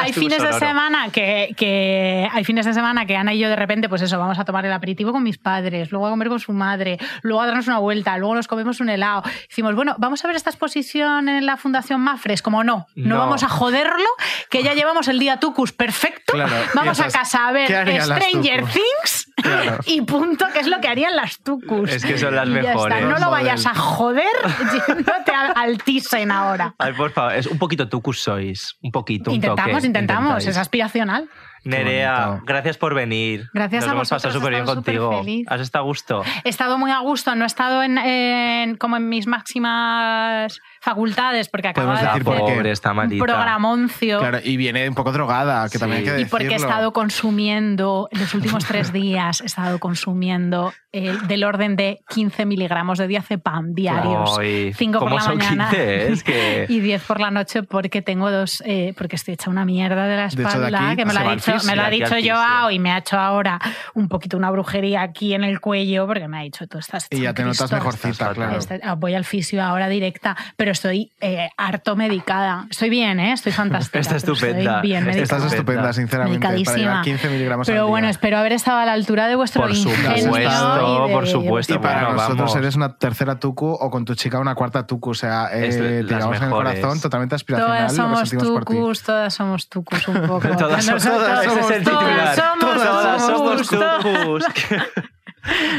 H: Hay fines de semana que, que hay fines de semana que Ana y yo de repente, pues eso, vamos a tomar el aperitivo con mis padres, luego a comer con su madre, luego a darnos una vuelta, luego nos comemos un helado. Hicimos, bueno, vamos a ver esta exposición en la Fundación Mafres, como no, no,
A: No.
H: vamos a joderlo, que ya llevamos el día Tucus perfecto,
A: Claro,
H: vamos a
A: piensas,
H: casa a ver
A: ¿qué harían las
H: Stranger
A: tucus?
H: Things
A: Claro.
H: y punto, que es lo que harían las Tucus.
A: Es que son las
H: Y ya está.
A: mejores.
H: No lo vayas a
A: Model.
H: joder yéndote al, al Thyssen ahora.
A: Ay, por favor, es un poquito tucus sois. Un poquito, un
H: Intentamos,
A: toque.
H: intentamos,
A: Intentáis.
H: es aspiracional.
A: Nerea, gracias por venir.
H: Gracias
A: Nos
H: a
A: hemos pasado
H: vosotros,
A: súper
H: he
A: bien
H: estado
A: contigo.
H: superfeliz.
A: Has estado a gusto.
H: He estado muy a gusto, no he estado en, en- como en mis máximas facultades porque acababa
D: Podemos
H: de
D: decir por
H: hacer
D: qué.
A: está
H: un programoncio
D: Claro, y viene un poco drogada, que también hay que
H: y
D: decirlo.
H: porque he estado consumiendo los últimos tres días he estado consumiendo eh, del orden de 15 miligramos de diazepam diarios,
A: Ay,
H: 5 por
A: ¿cómo
H: la
A: son
H: mañana
A: 15? Es que-
H: y 10 por la noche porque tengo dos, eh, porque estoy hecha una mierda de la
A: De hecho, de
H: espalda
A: aquí
H: que me lo
A: se va
H: ha
A: al
H: dicho,
A: fisio,
H: me lo
A: de
H: ha
A: aquí al
H: dicho
A: fisio.
H: Joao y me ha hecho ahora un poquito una brujería aquí en el cuello porque me ha dicho tú estás hecha
D: Y ya
H: un
D: te notas
H: Cristo".
D: mejorcita, claro.
H: Este- ah, voy al fisio ahora directa, pero estoy eh, harto medicada. Estoy bien, ¿eh? Estoy fantástica.
D: Está
H: pero estoy
D: estupenda.
H: bien
D: Estás
H: medicada.
D: estupenda, sinceramente, para
H: Medicadísima.
D: llevar 15 miligramos al
H: Pero
D: día.
H: bueno, espero haber estado a la altura de vuestro
A: Por
H: ingenio.
A: supuesto,
H: y de-
A: por supuesto.
D: Y para
A: Bueno,
D: nosotros
A: vamos.
D: eres una tercera tucu o con tu chica una cuarta tucu. O sea, eh,
A: Es de-
D: te
A: las
D: llevamos en el
A: mejores.
D: corazón, totalmente aspiracional
H: Todas
D: lo que
H: somos
D: sentimos por ti.
H: tucus, todas somos tucus un poco.
A: Todas somos-
H: Nosotros-
A: ese es el titular.
H: Todas somos
A: Todas somos
H: tucus, todas-
A: tucus.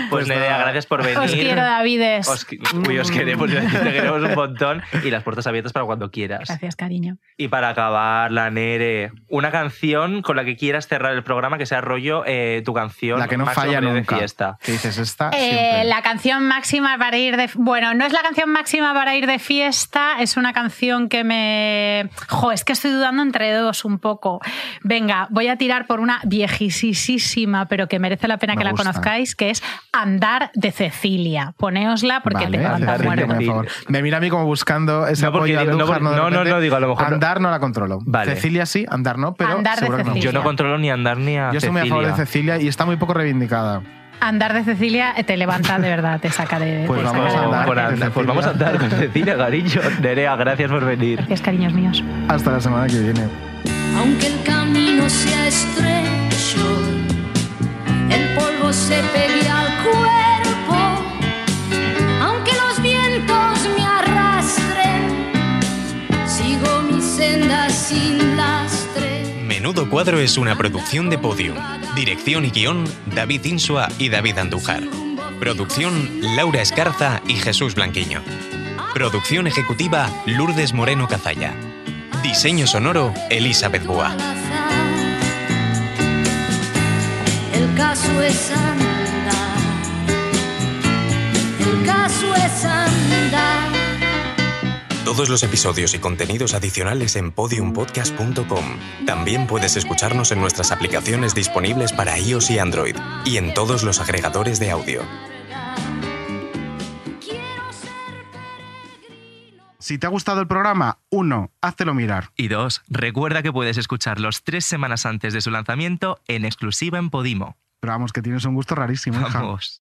A: Pues Nerea, gracias por venir.
H: Os quiero, Davides.
A: Os, qui- uy, os queremos, yo a ti te queremos un montón. Y las puertas abiertas para cuando quieras.
H: Gracias, cariño.
A: Y para acabar, la Nere, una canción con la que quieras cerrar el programa que sea rollo eh, tu canción.
D: La que no
A: máxima
D: falla
A: para ir de
D: nunca.
A: fiesta.
D: ¿Qué dices? Esta
H: Eh, la canción máxima para ir de bueno no es la canción máxima para ir de fiesta es una canción que me jo es que estoy dudando entre dos un poco venga voy a tirar por una viejísima pero que merece la pena
A: Me
H: que
A: gusta.
H: la conozcáis que es andar de Cecilia ponéosla porque
D: Vale,
H: tengo
D: Cecilia,
H: tanta
D: por
H: muerte
D: favor. Me mira a mí como buscando ese
A: No, porque
D: apoyo a
A: digo- no,
D: Andújar,
A: porque- no,
D: De
A: no,
D: repente,
A: no, digo, a lo mejor no-
D: Andar no la controlo.
A: Vale.
D: Cecilia sí, andar no, pero
H: Andar de
D: seguro que me gusta.
A: Yo no controlo ni andar ni a
D: Yo estoy muy a favor de Cecilia y está muy poco reivindicada.
H: andar de Cecilia te levanta de verdad te saca de
D: Pues
H: te saca
D: vamos
H: de
D: a
H: la
D: andar
H: muerte.
A: Por andar-
D: Cecilia.
A: pues vamos a andar con Cecilia, cariño. Nerea, gracias por venir.
H: gracias cariños míos
D: Hasta la semana que viene.
P: Aunque el camino sea estrecho, el polvo se pegue al cuerpo. Aunque los vientos me arrastren, sigo mi senda sin lastre.
C: Menudo Cuadro es una producción de Podium. Dirección y guión, David Insua y David Andújar. Producción, Laura Escarza y Jesús Blanquiño. Producción ejecutiva, Lourdes Moreno Cazalla. Diseño sonoro, Elizabeth Boa.
P: El caso es andar. El caso es andar.
C: Todos los episodios y contenidos adicionales en podiumpodcast.com. También puedes escucharnos en nuestras aplicaciones disponibles para iOS y Android y en todos los agregadores de audio.
D: Si te ha gustado el programa, uno, háztelo mirar.
I: Y dos, recuerda que puedes escucharlos tres semanas antes de su lanzamiento en exclusiva en Podimo.
D: Pero vamos, que tienes un gusto rarísimo, hija.
I: Vamos.